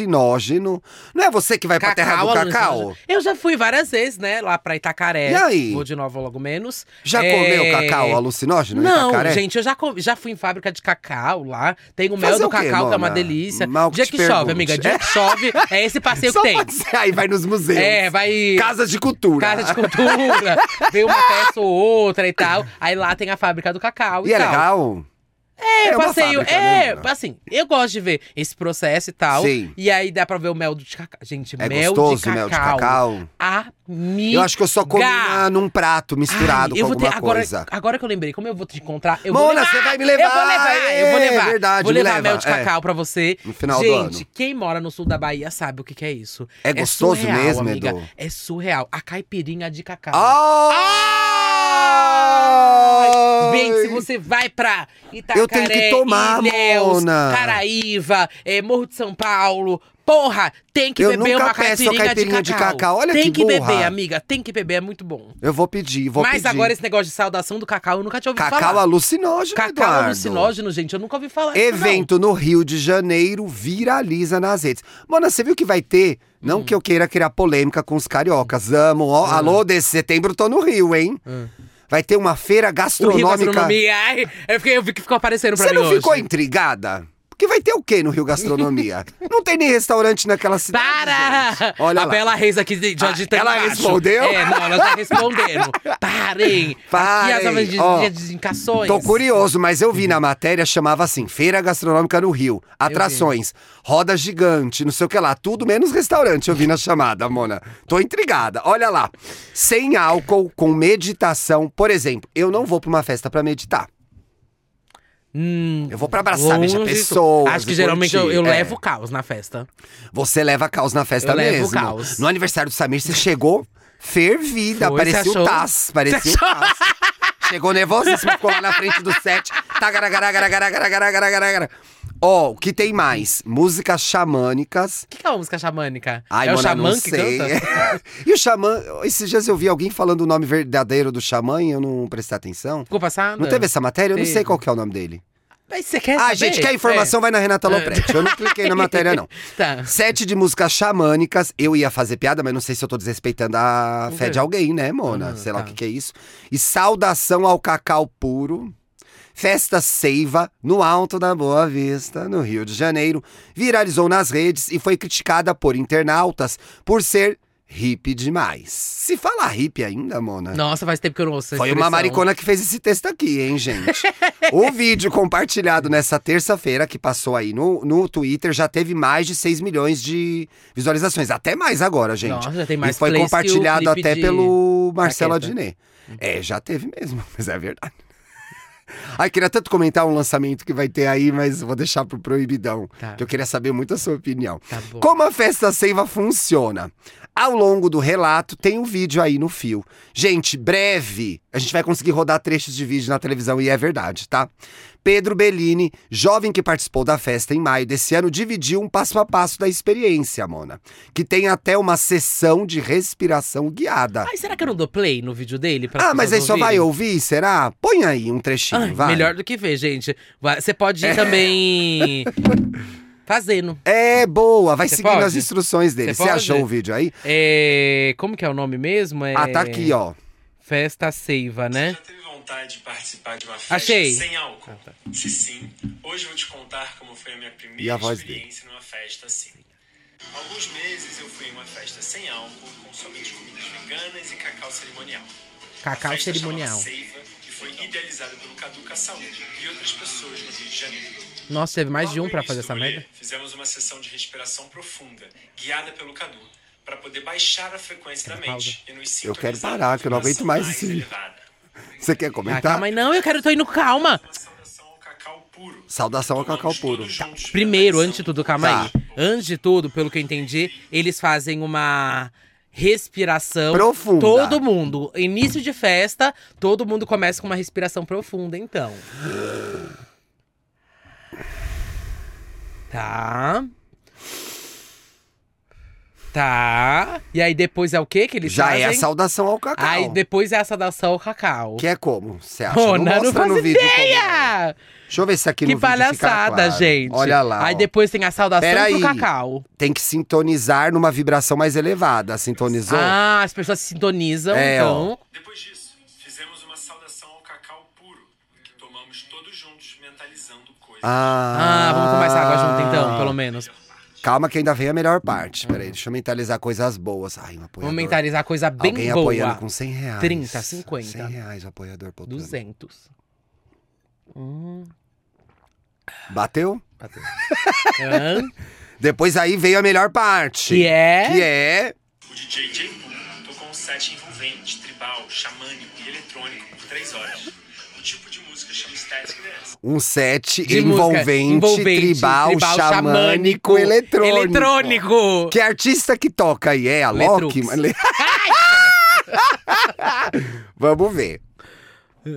[SPEAKER 2] alucinógeno. Não é você que vai pra terra do
[SPEAKER 1] Alan,
[SPEAKER 2] cacau?
[SPEAKER 1] Eu já fui várias vezes, né? Lá pra Itacaré.
[SPEAKER 2] E aí?
[SPEAKER 1] Vou de novo logo menos.
[SPEAKER 2] Já
[SPEAKER 1] É,
[SPEAKER 2] comeu cacau alucinógeno? em
[SPEAKER 1] Não,
[SPEAKER 2] Itacaré?
[SPEAKER 1] gente, eu já, co- já fui em fábrica de cacau lá. Tem o mel
[SPEAKER 2] Fazer
[SPEAKER 1] do
[SPEAKER 2] o quê,
[SPEAKER 1] cacau, que é uma
[SPEAKER 2] Mona?
[SPEAKER 1] delícia.
[SPEAKER 2] Mal que
[SPEAKER 1] dia
[SPEAKER 2] te
[SPEAKER 1] que chove,
[SPEAKER 2] pergunte.
[SPEAKER 1] amiga. Dia que chove, é esse passeio
[SPEAKER 2] *laughs* Só
[SPEAKER 1] que tem.
[SPEAKER 2] pode ser. Aí vai nos museus.
[SPEAKER 1] É, vai.
[SPEAKER 2] Casa de cultura.
[SPEAKER 1] Casa de cultura, vê uma peça ou outra e tal. Aí lá tem a fábrica do cacau e,
[SPEAKER 2] E é
[SPEAKER 1] tal.
[SPEAKER 2] legal?
[SPEAKER 1] É,
[SPEAKER 2] uma
[SPEAKER 1] passeio.
[SPEAKER 2] fábrica,
[SPEAKER 1] é,
[SPEAKER 2] né?
[SPEAKER 1] assim, eu gosto de ver esse processo e tal.
[SPEAKER 2] Sim.
[SPEAKER 1] E aí dá pra ver o mel do de cacau. Gente,
[SPEAKER 2] É
[SPEAKER 1] mel,
[SPEAKER 2] gostoso
[SPEAKER 1] de
[SPEAKER 2] o mel de cacau.
[SPEAKER 1] Amiga.
[SPEAKER 2] Eu acho que eu só comi na- num prato misturado
[SPEAKER 1] Ai, eu
[SPEAKER 2] com
[SPEAKER 1] vou ter-
[SPEAKER 2] alguma
[SPEAKER 1] agora,
[SPEAKER 2] coisa.
[SPEAKER 1] Agora que eu lembrei, como eu vou te encontrar, eu vou
[SPEAKER 2] Mona,
[SPEAKER 1] levar.
[SPEAKER 2] você vai me levar!
[SPEAKER 1] Eu vou levar, eu vou
[SPEAKER 2] É,
[SPEAKER 1] levar.
[SPEAKER 2] verdade,
[SPEAKER 1] vou
[SPEAKER 2] me
[SPEAKER 1] levar
[SPEAKER 2] leva,
[SPEAKER 1] mel de
[SPEAKER 2] é.
[SPEAKER 1] cacau pra você.
[SPEAKER 2] No final do
[SPEAKER 1] Gente,
[SPEAKER 2] ano.
[SPEAKER 1] quem mora no sul da Bahia sabe o que, que é isso.
[SPEAKER 2] É gostoso
[SPEAKER 1] surreal,
[SPEAKER 2] mesmo,
[SPEAKER 1] amiga.
[SPEAKER 2] Edu?
[SPEAKER 1] É surreal. A caipirinha de cacau.
[SPEAKER 2] Ah!
[SPEAKER 1] Gente, se você vai pra Itacaré,
[SPEAKER 2] Eu tenho que tomar,
[SPEAKER 1] Ilhéus,
[SPEAKER 2] Mona.
[SPEAKER 1] Caraíva, eh, Morro de São Paulo. Porra, tem que
[SPEAKER 2] Eu
[SPEAKER 1] beber
[SPEAKER 2] nunca
[SPEAKER 1] uma
[SPEAKER 2] peço
[SPEAKER 1] caipirinha,
[SPEAKER 2] caipirinha de
[SPEAKER 1] de, cacau.
[SPEAKER 2] cacau, olha
[SPEAKER 1] tem
[SPEAKER 2] que
[SPEAKER 1] que beber,
[SPEAKER 2] burra.
[SPEAKER 1] amiga. Tem que beber, é muito bom.
[SPEAKER 2] Eu vou pedir, vou
[SPEAKER 1] Mas
[SPEAKER 2] pedir.
[SPEAKER 1] agora esse negócio de saudação do cacau eu nunca tinha ouvido
[SPEAKER 2] Cacau
[SPEAKER 1] falar.
[SPEAKER 2] alucinógeno,
[SPEAKER 1] Cacau
[SPEAKER 2] Eduardo.
[SPEAKER 1] alucinógeno, gente, eu nunca ouvi falar isso, não.
[SPEAKER 2] Evento no Rio de Janeiro viraliza nas redes. Mona, você viu que vai ter? Não
[SPEAKER 1] Hum.
[SPEAKER 2] que eu queira criar polêmica com os cariocas. Amo. Ó,
[SPEAKER 1] Ah.
[SPEAKER 2] Alô, desse setembro eu tô no Rio, hein? Vai ter uma feira
[SPEAKER 1] O Rio
[SPEAKER 2] gastronômica.
[SPEAKER 1] Gastronomia. Ai, eu, fiquei, eu vi que ficou aparecendo pra
[SPEAKER 2] Você
[SPEAKER 1] mim
[SPEAKER 2] não
[SPEAKER 1] hoje.
[SPEAKER 2] ficou intrigada? Porque vai ter o quê no
[SPEAKER 1] *laughs*
[SPEAKER 2] Rio Gastronomia? não tem nem restaurante naquela cidade.
[SPEAKER 1] Para!
[SPEAKER 2] gente. Olha
[SPEAKER 1] a
[SPEAKER 2] lá.
[SPEAKER 1] Bela Reis aqui de, de,
[SPEAKER 2] Ah,
[SPEAKER 1] de
[SPEAKER 2] ela
[SPEAKER 1] Tecnacho.
[SPEAKER 2] respondeu?
[SPEAKER 1] É, não, elas já
[SPEAKER 2] *laughs*
[SPEAKER 1] responderam. Parem!
[SPEAKER 2] Parem,
[SPEAKER 1] Aqui as novas de,
[SPEAKER 2] ó. Então,
[SPEAKER 1] de- desincações.
[SPEAKER 2] Tô curioso, mas eu
[SPEAKER 1] Uhum.
[SPEAKER 2] vi na matéria, chamava assim, Feira Gastronômica no Rio. Atrações, roda gigante, não sei o que lá, tudo menos restaurante, eu vi na chamada, Mona. Tô intrigada, olha lá. Sem álcool, com meditação. Por exemplo, eu não vou pra uma festa pra meditar.
[SPEAKER 1] Hum,
[SPEAKER 2] Eu vou pra abraçar,
[SPEAKER 1] longe
[SPEAKER 2] beijar
[SPEAKER 1] disso.
[SPEAKER 2] pessoas.
[SPEAKER 1] Acho que
[SPEAKER 2] e
[SPEAKER 1] geralmente eu,
[SPEAKER 2] curtir,
[SPEAKER 1] eu
[SPEAKER 2] é.
[SPEAKER 1] levo caos na festa.
[SPEAKER 2] Você leva caos na festa
[SPEAKER 1] Eu levo
[SPEAKER 2] mesmo.
[SPEAKER 1] caos.
[SPEAKER 2] No aniversário do Samir, você chegou fervida,
[SPEAKER 1] Foi,
[SPEAKER 2] parecia
[SPEAKER 1] você
[SPEAKER 2] o
[SPEAKER 1] achou?
[SPEAKER 2] Taz, parecia o Taz. Chegou nervosíssimo, ficou lá na frente do set. Tá, Tagaragaragaragaragaragaragaragara. Ó, o que tem mais? Músicas xamânicas.
[SPEAKER 1] O que, que é uma música xamânica?
[SPEAKER 2] Ai,
[SPEAKER 1] é o
[SPEAKER 2] mano,
[SPEAKER 1] xamã
[SPEAKER 2] não
[SPEAKER 1] que
[SPEAKER 2] sei.
[SPEAKER 1] canta?
[SPEAKER 2] *laughs* e o xamã, esses dias eu vi alguém falando o nome verdadeiro do xamã e eu não prestei atenção.
[SPEAKER 1] Ficou passada?
[SPEAKER 2] Não teve essa matéria? Eu não
[SPEAKER 1] Teve. É.
[SPEAKER 2] sei qual que é o nome dele.
[SPEAKER 1] Mas você quer
[SPEAKER 2] ah,
[SPEAKER 1] saber?
[SPEAKER 2] gente, quer informação? Vai na Renata Lopretti. Eu não cliquei na matéria, não.
[SPEAKER 1] É. *laughs* Tá.
[SPEAKER 2] Sete de músicas xamânicas. Eu ia fazer piada, mas não sei se eu tô desrespeitando a
[SPEAKER 1] O
[SPEAKER 2] fé
[SPEAKER 1] quê?
[SPEAKER 2] de alguém, né, Mona?
[SPEAKER 1] Ah,
[SPEAKER 2] sei lá o
[SPEAKER 1] tá.
[SPEAKER 2] que, que é isso. E saudação ao cacau puro. Festa Seiva, no Alto da Boa Vista, no Rio de Janeiro, viralizou nas redes e foi criticada por internautas por ser hippie demais. Se fala hippie ainda, Mona?
[SPEAKER 1] Nossa, faz tempo que eu não ouço essa
[SPEAKER 2] Foi uma
[SPEAKER 1] expressão.
[SPEAKER 2] maricona que fez esse texto aqui, hein,
[SPEAKER 1] *laughs*
[SPEAKER 2] gente? o vídeo compartilhado nessa terça-feira, que passou aí no, no Twitter, já teve mais de 6 milhões de visualizações. Até mais agora, gente.
[SPEAKER 1] Nossa, já tem mais
[SPEAKER 2] e foi
[SPEAKER 1] plays que o
[SPEAKER 2] compartilhado
[SPEAKER 1] clipe
[SPEAKER 2] até
[SPEAKER 1] de- Uhum.
[SPEAKER 2] pelo Marcelo
[SPEAKER 1] Jaqueta.
[SPEAKER 2] Adnet. É, já teve mesmo, *laughs* mas é verdade. Ai, queria tanto comentar um lançamento que vai ter aí, mas vou deixar pro proibidão.
[SPEAKER 1] Tá.
[SPEAKER 2] Que eu queria saber muito a sua opinião.
[SPEAKER 1] Tá bom.
[SPEAKER 2] Como a festa seiva funciona? Ao longo do relato, tem um vídeo aí no fio. Gente, breve, a gente vai conseguir rodar trechos de vídeo na televisão e é verdade, tá? Pedro Bellini, jovem que participou da festa em maio desse ano, dividiu um passo a passo da experiência, Mona. Que tem até uma sessão de respiração guiada.
[SPEAKER 1] Ai, será que eu não dou play no vídeo dele? pra
[SPEAKER 2] ah, mas aí
[SPEAKER 1] pessoas
[SPEAKER 2] só vai
[SPEAKER 1] ouvirem?
[SPEAKER 2] ouvir, será? Põe aí um trechinho,
[SPEAKER 1] Ai,
[SPEAKER 2] vai.
[SPEAKER 1] Melhor do que ver, gente. Vai- Você pode ir também
[SPEAKER 2] *laughs*
[SPEAKER 1] fazendo.
[SPEAKER 2] É, boa, vai
[SPEAKER 1] Você
[SPEAKER 2] seguindo
[SPEAKER 1] pode?
[SPEAKER 2] as instruções dele.
[SPEAKER 1] Você
[SPEAKER 2] Você
[SPEAKER 1] pode?
[SPEAKER 2] achou o vídeo aí?
[SPEAKER 1] É, Como que é o nome mesmo? É...
[SPEAKER 2] Ah, tá aqui, ó.
[SPEAKER 1] Festa Seiva, né?
[SPEAKER 3] Você já teve vontade de participar de uma festa
[SPEAKER 1] Achei.
[SPEAKER 3] sem álcool?
[SPEAKER 1] Ah, tá.
[SPEAKER 3] Se sim, hoje eu vou te contar como foi a minha
[SPEAKER 2] E a
[SPEAKER 3] primeira
[SPEAKER 2] voz
[SPEAKER 3] experiência numa festa assim. Alguns meses eu fui em uma festa sem álcool, com somente comidas veganas e cacau cerimonial. A
[SPEAKER 1] Cacau
[SPEAKER 3] festa
[SPEAKER 1] cerimonial.
[SPEAKER 3] chamava Seiva e foi idealizada pelo Cadu Caçaú e outras pessoas no Rio de Janeiro.
[SPEAKER 1] Nossa, teve mais de
[SPEAKER 3] Logo
[SPEAKER 1] um
[SPEAKER 3] no
[SPEAKER 1] pra
[SPEAKER 3] início
[SPEAKER 1] fazer
[SPEAKER 3] do
[SPEAKER 1] essa
[SPEAKER 3] rolê,
[SPEAKER 1] merda.
[SPEAKER 3] Fizemos uma sessão de respiração profunda, guiada pelo Cadu, para poder baixar a frequência da mente e nos
[SPEAKER 2] Eu quero
[SPEAKER 3] sintonizar
[SPEAKER 2] parar, que eu não aguento
[SPEAKER 3] com a
[SPEAKER 2] mais
[SPEAKER 3] vibração
[SPEAKER 2] esse-
[SPEAKER 3] elevada.
[SPEAKER 2] Você quer
[SPEAKER 1] Ah,
[SPEAKER 2] comentar?
[SPEAKER 1] calma aí. Não, eu quero, tô indo calma.
[SPEAKER 3] Uma saudação ao cacau puro.
[SPEAKER 2] Saudação ao cacau puro.
[SPEAKER 3] Todos juntos,
[SPEAKER 1] Primeiro,
[SPEAKER 3] pela
[SPEAKER 1] antes de
[SPEAKER 3] tradição.
[SPEAKER 1] tudo, calma aí.
[SPEAKER 2] Tá.
[SPEAKER 1] Antes de tudo, pelo que eu entendi, eles fazem uma respiração
[SPEAKER 2] Profunda.
[SPEAKER 1] Todo mundo, início de festa, todo mundo começa com uma respiração profunda, então. Tá. Tá. E aí depois é o que que eles
[SPEAKER 2] Já
[SPEAKER 1] fazem?
[SPEAKER 2] é a saudação ao cacau.
[SPEAKER 1] Aí depois é a saudação ao cacau.
[SPEAKER 2] Que é como? Você acha?
[SPEAKER 1] Pô, não,
[SPEAKER 2] mostra
[SPEAKER 1] faz
[SPEAKER 2] no vídeo como é.
[SPEAKER 1] ideia!
[SPEAKER 2] Deixa eu ver se aqui
[SPEAKER 1] Que
[SPEAKER 2] no vídeo fica
[SPEAKER 1] palhaçada,
[SPEAKER 2] claro.
[SPEAKER 1] gente.
[SPEAKER 2] Olha lá.
[SPEAKER 1] Aí
[SPEAKER 2] ó.
[SPEAKER 1] depois tem a saudação pro
[SPEAKER 2] Peraí.
[SPEAKER 1] cacau.
[SPEAKER 2] Tem que sintonizar numa vibração mais elevada. Sintonizou?
[SPEAKER 1] Ah, as pessoas se sintonizam,
[SPEAKER 2] É,
[SPEAKER 1] então.
[SPEAKER 3] Depois disso, fizemos uma saudação ao cacau puro, que tomamos todos juntos, mentalizando coisas.
[SPEAKER 1] Ah, vamos começar água junto
[SPEAKER 2] Ah.
[SPEAKER 1] então, pelo menos.
[SPEAKER 2] Calma que ainda vem a melhor parte. Peraí, deixa eu mentalizar coisas boas. Ai, um apoiador.
[SPEAKER 1] Vamos mentalizar coisa bem
[SPEAKER 2] Alguém
[SPEAKER 1] boa.
[SPEAKER 2] apoiando com né? 100 reais.
[SPEAKER 1] 30, 50.
[SPEAKER 2] 100 reais o apoiador. Poltrona.
[SPEAKER 1] 200. Hum,
[SPEAKER 2] Bateu?
[SPEAKER 1] bateu. Hã?
[SPEAKER 2] Depois aí veio a melhor parte.
[SPEAKER 1] que é?
[SPEAKER 2] Que é...
[SPEAKER 3] O DJ J. Boom tocou um set envolvente, tribal, xamânico e eletrônico por três horas. O tipo de música chama Static Dance.
[SPEAKER 2] Um set
[SPEAKER 1] De música
[SPEAKER 2] envolvente, tribal, xamânico,
[SPEAKER 1] xamânico,
[SPEAKER 2] eletrônico.
[SPEAKER 1] Eletrônico!
[SPEAKER 2] Que artista que toca aí? É a
[SPEAKER 1] Letrux.
[SPEAKER 2] Loki? Le- *laughs* Vamos ver. é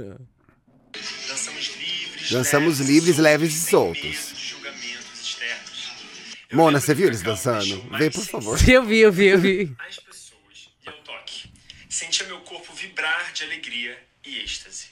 [SPEAKER 3] Dançamos livres,
[SPEAKER 2] Dançamos
[SPEAKER 3] leves,
[SPEAKER 2] livres, leves e
[SPEAKER 3] sem
[SPEAKER 2] soltos.
[SPEAKER 3] medo de julgamentos externos. Eu
[SPEAKER 2] Mona,
[SPEAKER 3] lembro
[SPEAKER 2] você
[SPEAKER 3] do
[SPEAKER 2] viu eles
[SPEAKER 3] cacau que
[SPEAKER 2] dançando?
[SPEAKER 3] deixou
[SPEAKER 2] Vê,
[SPEAKER 3] mais
[SPEAKER 2] por favor.
[SPEAKER 1] Eu vi, eu vi, eu vi.
[SPEAKER 3] as pessoas e ao toque. Sentia meu corpo vibrar de alegria e êxtase.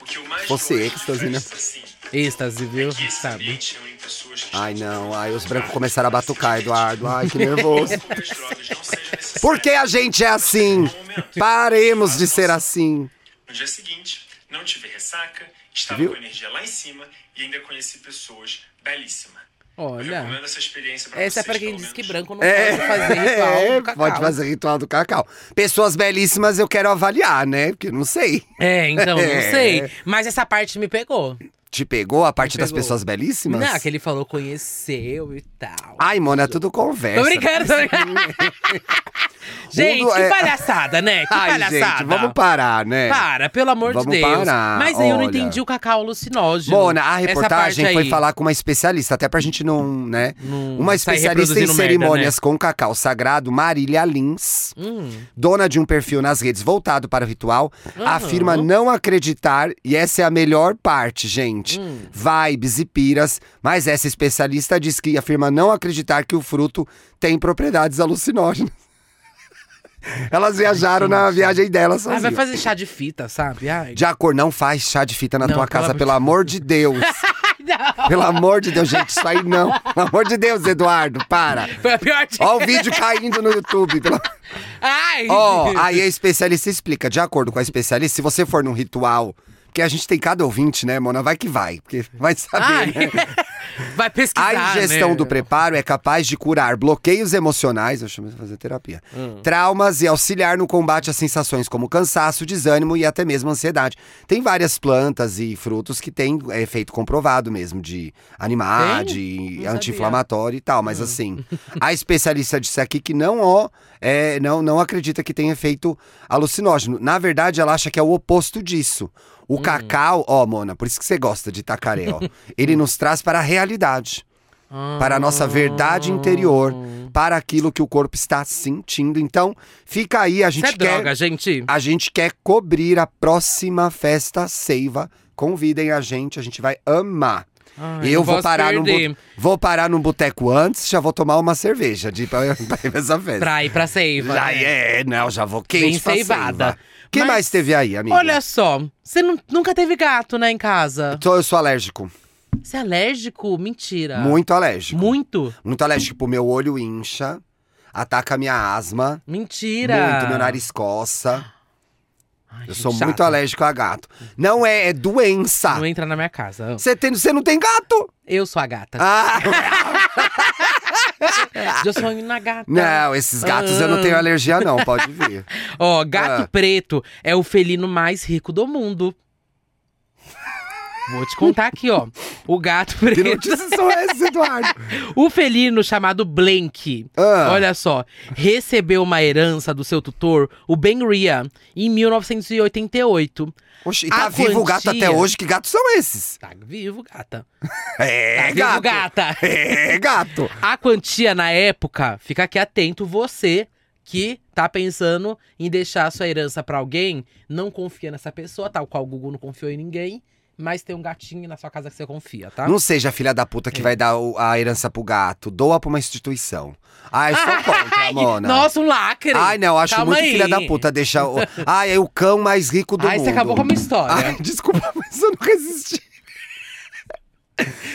[SPEAKER 3] O que eu mais
[SPEAKER 2] Você,
[SPEAKER 3] gosto de
[SPEAKER 2] êxtase, né?
[SPEAKER 3] festas assim
[SPEAKER 1] Êxtase, viu?
[SPEAKER 3] é que esse
[SPEAKER 1] Sabe?
[SPEAKER 3] ambiente reúne pessoas que
[SPEAKER 2] Ai,
[SPEAKER 3] estão
[SPEAKER 2] não.
[SPEAKER 3] juntas
[SPEAKER 2] Ai, os brancos
[SPEAKER 3] para brincar,
[SPEAKER 2] começaram a
[SPEAKER 3] para se
[SPEAKER 2] batucar,
[SPEAKER 3] divertir.
[SPEAKER 2] Eduardo. Ai, que nervoso.
[SPEAKER 3] Mesmo que as drogas não sejam necessárias
[SPEAKER 2] Por que a gente é assim? Paremos de ser assim.
[SPEAKER 3] No dia seguinte, não tive ressaca, estava
[SPEAKER 2] Viu?
[SPEAKER 3] com a energia lá em cima e ainda conheci pessoas belíssimas. Eu
[SPEAKER 1] Olha.
[SPEAKER 3] recomendo essa experiência pra
[SPEAKER 1] Essa é
[SPEAKER 3] vocês,
[SPEAKER 1] pra quem
[SPEAKER 3] pelo
[SPEAKER 1] diz que
[SPEAKER 3] menos.
[SPEAKER 1] branco não
[SPEAKER 2] É,
[SPEAKER 1] pode fazer ritual.
[SPEAKER 2] *laughs* é,
[SPEAKER 1] do cacau.
[SPEAKER 2] pode fazer ritual do cacau. Pessoas belíssimas eu quero avaliar, né? Porque eu não sei.
[SPEAKER 1] É, então, não
[SPEAKER 2] É.
[SPEAKER 1] sei. Mas essa parte me pegou.
[SPEAKER 2] Te pegou a parte
[SPEAKER 1] Me
[SPEAKER 2] das
[SPEAKER 1] pegou.
[SPEAKER 2] pessoas belíssimas?
[SPEAKER 1] Não, que ele falou conheceu e tal.
[SPEAKER 2] Ai, Mona, tudo conversa.
[SPEAKER 1] Tô brincando, tô brincando. *laughs* gente,
[SPEAKER 2] Mundo
[SPEAKER 1] que
[SPEAKER 2] é-
[SPEAKER 1] palhaçada, né? Que
[SPEAKER 2] Ai,
[SPEAKER 1] palhaçada.
[SPEAKER 2] gente, vamos parar, né?
[SPEAKER 1] Para, pelo amor
[SPEAKER 2] Vamos
[SPEAKER 1] de Deus.
[SPEAKER 2] parar,
[SPEAKER 1] Mas aí eu não
[SPEAKER 2] olha.
[SPEAKER 1] entendi o cacau alucinógeno.
[SPEAKER 2] Mona, a
[SPEAKER 1] Essa
[SPEAKER 2] reportagem
[SPEAKER 1] parte
[SPEAKER 2] foi
[SPEAKER 1] aí.
[SPEAKER 2] falar com uma especialista, até pra gente não, né?
[SPEAKER 1] Não
[SPEAKER 2] uma
[SPEAKER 1] sair
[SPEAKER 2] especialista em
[SPEAKER 1] reproduzindo merda, né?
[SPEAKER 2] cerimônias com cacau sagrado, Marília Lins,
[SPEAKER 1] Hum,
[SPEAKER 2] dona de um perfil nas redes voltado para o ritual,
[SPEAKER 1] Uhum.
[SPEAKER 2] afirma não acreditar, e essa é a melhor parte, gente.
[SPEAKER 1] hum.
[SPEAKER 2] Vibes e piras, mas essa especialista diz que afirma não acreditar que o fruto tem propriedades alucinógenas. *laughs* Elas viajaram na viagem delas
[SPEAKER 1] Ah, vai
[SPEAKER 2] sozinhas.
[SPEAKER 1] fazer chá de fita, sabe? Ai,
[SPEAKER 2] De acordo, não faz chá de fita na
[SPEAKER 1] Não,
[SPEAKER 2] tua
[SPEAKER 1] pelo
[SPEAKER 2] casa,
[SPEAKER 1] amor
[SPEAKER 2] pelo amor de Deus.
[SPEAKER 1] *laughs* não.
[SPEAKER 2] Pelo amor de Deus, gente, isso aí não. Pelo amor de Deus, Eduardo, para.
[SPEAKER 1] *laughs* Foi a pior de...
[SPEAKER 2] Ó o vídeo caindo no YouTube.
[SPEAKER 1] *laughs*
[SPEAKER 2] pelo-
[SPEAKER 1] Ai!
[SPEAKER 2] Ó, aí a especialista explica. De acordo com a especialista, se você for num ritual Porque a gente tem cada ouvinte, né, Mona? Vai que vai, porque vai
[SPEAKER 1] Ai,
[SPEAKER 2] saber. né?
[SPEAKER 1] *laughs* vai pesquisar,
[SPEAKER 2] A ingestão
[SPEAKER 1] né?
[SPEAKER 2] do preparo é capaz de curar bloqueios emocionais, eu chamo isso de fazer terapia,
[SPEAKER 1] Hum.
[SPEAKER 2] traumas e auxiliar no combate a sensações como cansaço, desânimo e até mesmo ansiedade. Tem várias plantas e frutos que têm é, efeito comprovado mesmo, de animar,
[SPEAKER 1] Tem?
[SPEAKER 2] de
[SPEAKER 1] Não Hum.
[SPEAKER 2] anti-inflamatório e tal, mas
[SPEAKER 1] *laughs*
[SPEAKER 2] assim, a especialista disse aqui que não, ó, é, não, não acredita que tem efeito alucinógeno. Na verdade, ela acha que é o oposto disso.
[SPEAKER 1] Hum.
[SPEAKER 2] O cacau, ó, Mona, por isso que você gosta de tacaré, ó.
[SPEAKER 1] *laughs*
[SPEAKER 2] ele nos traz para a realidade, para a nossa verdade interior, para aquilo que o corpo está sentindo. Então, fica aí, a
[SPEAKER 1] Isso
[SPEAKER 2] gente
[SPEAKER 1] é
[SPEAKER 2] quer.
[SPEAKER 1] droga, gente.
[SPEAKER 2] A gente quer cobrir a próxima festa seiva. Convidem a gente, a gente vai amar.
[SPEAKER 1] Ai,
[SPEAKER 2] eu
[SPEAKER 1] não
[SPEAKER 2] vou
[SPEAKER 1] posso
[SPEAKER 2] parar, num
[SPEAKER 1] perder.
[SPEAKER 2] bu- vou parar num boteco antes, já vou tomar uma cerveja de pra, *laughs* pra ir pra essa festa.
[SPEAKER 1] Pra ir pra seiva.
[SPEAKER 2] já
[SPEAKER 1] né?
[SPEAKER 2] é, não, já vou quente
[SPEAKER 1] Bem
[SPEAKER 2] pra
[SPEAKER 1] seivada.
[SPEAKER 2] seiva. O que
[SPEAKER 1] Mas-
[SPEAKER 2] mais teve aí, amiga?
[SPEAKER 1] Olha só, você nu- nunca teve gato, né, em casa?
[SPEAKER 2] Tô- eu sou alérgico,
[SPEAKER 1] Você é alérgico? Mentira.
[SPEAKER 2] muito alérgico.
[SPEAKER 1] Muito?
[SPEAKER 2] Muito alérgico, tipo, meu olho incha, ataca a minha asma,
[SPEAKER 1] Mentira.
[SPEAKER 2] muito, meu nariz coça.
[SPEAKER 1] Ai,
[SPEAKER 2] Eu
[SPEAKER 1] gente
[SPEAKER 2] sou muito
[SPEAKER 1] chata.
[SPEAKER 2] alérgico a gato. Não é, é doença.
[SPEAKER 1] Não entra na minha casa.
[SPEAKER 2] Você tem- você não
[SPEAKER 1] *laughs*
[SPEAKER 2] tem gato?
[SPEAKER 1] Eu sou a gata.
[SPEAKER 2] Ah,
[SPEAKER 1] *laughs* Eu sonho na gata.
[SPEAKER 2] não, esses gatos eu não tenho alergia, não, pode
[SPEAKER 1] *laughs*
[SPEAKER 2] vir.
[SPEAKER 1] Ó, gato
[SPEAKER 2] Ah.
[SPEAKER 1] preto é o felino mais rico do mundo. Vou te contar aqui, ó. O gato
[SPEAKER 2] Que
[SPEAKER 1] preto.
[SPEAKER 2] notícias são essas,
[SPEAKER 1] *laughs*
[SPEAKER 2] Eduardo?
[SPEAKER 1] O felino chamado Blank.
[SPEAKER 2] Ah,
[SPEAKER 1] Olha só, recebeu uma herança do seu tutor, o Ben Ria, em 1988.
[SPEAKER 2] oxe, e tá
[SPEAKER 1] a
[SPEAKER 2] vivo o gato
[SPEAKER 1] quantia-
[SPEAKER 2] até hoje? Que gatos são esses?
[SPEAKER 1] Tá vivo, gata. Tá
[SPEAKER 2] É,
[SPEAKER 1] vivo,
[SPEAKER 2] gato. *laughs*
[SPEAKER 1] gata.
[SPEAKER 2] É, gato.
[SPEAKER 1] A quantia na época, fica aqui atento, você que tá pensando em deixar sua herança pra alguém, não confia nessa pessoa, tal qual o Gugu não confiou em ninguém, mas tem um gatinho na sua casa que você confia, tá? É.
[SPEAKER 2] Não seja a filha da puta que vai dar o- a herança pro gato. Doa pra uma instituição. Ai, sou
[SPEAKER 1] *laughs*
[SPEAKER 2] contra,
[SPEAKER 1] Ai,
[SPEAKER 2] Mona.
[SPEAKER 1] Nossa, um lacre!
[SPEAKER 2] Ai, não, acho
[SPEAKER 1] Calma
[SPEAKER 2] muito
[SPEAKER 1] aí.
[SPEAKER 2] filha da puta deixar o. Ai, é o cão mais rico do
[SPEAKER 1] Ai,
[SPEAKER 2] mundo.
[SPEAKER 1] você acabou com a minha história.
[SPEAKER 2] Ai,
[SPEAKER 1] *laughs*
[SPEAKER 2] desculpa, mas eu não resisti.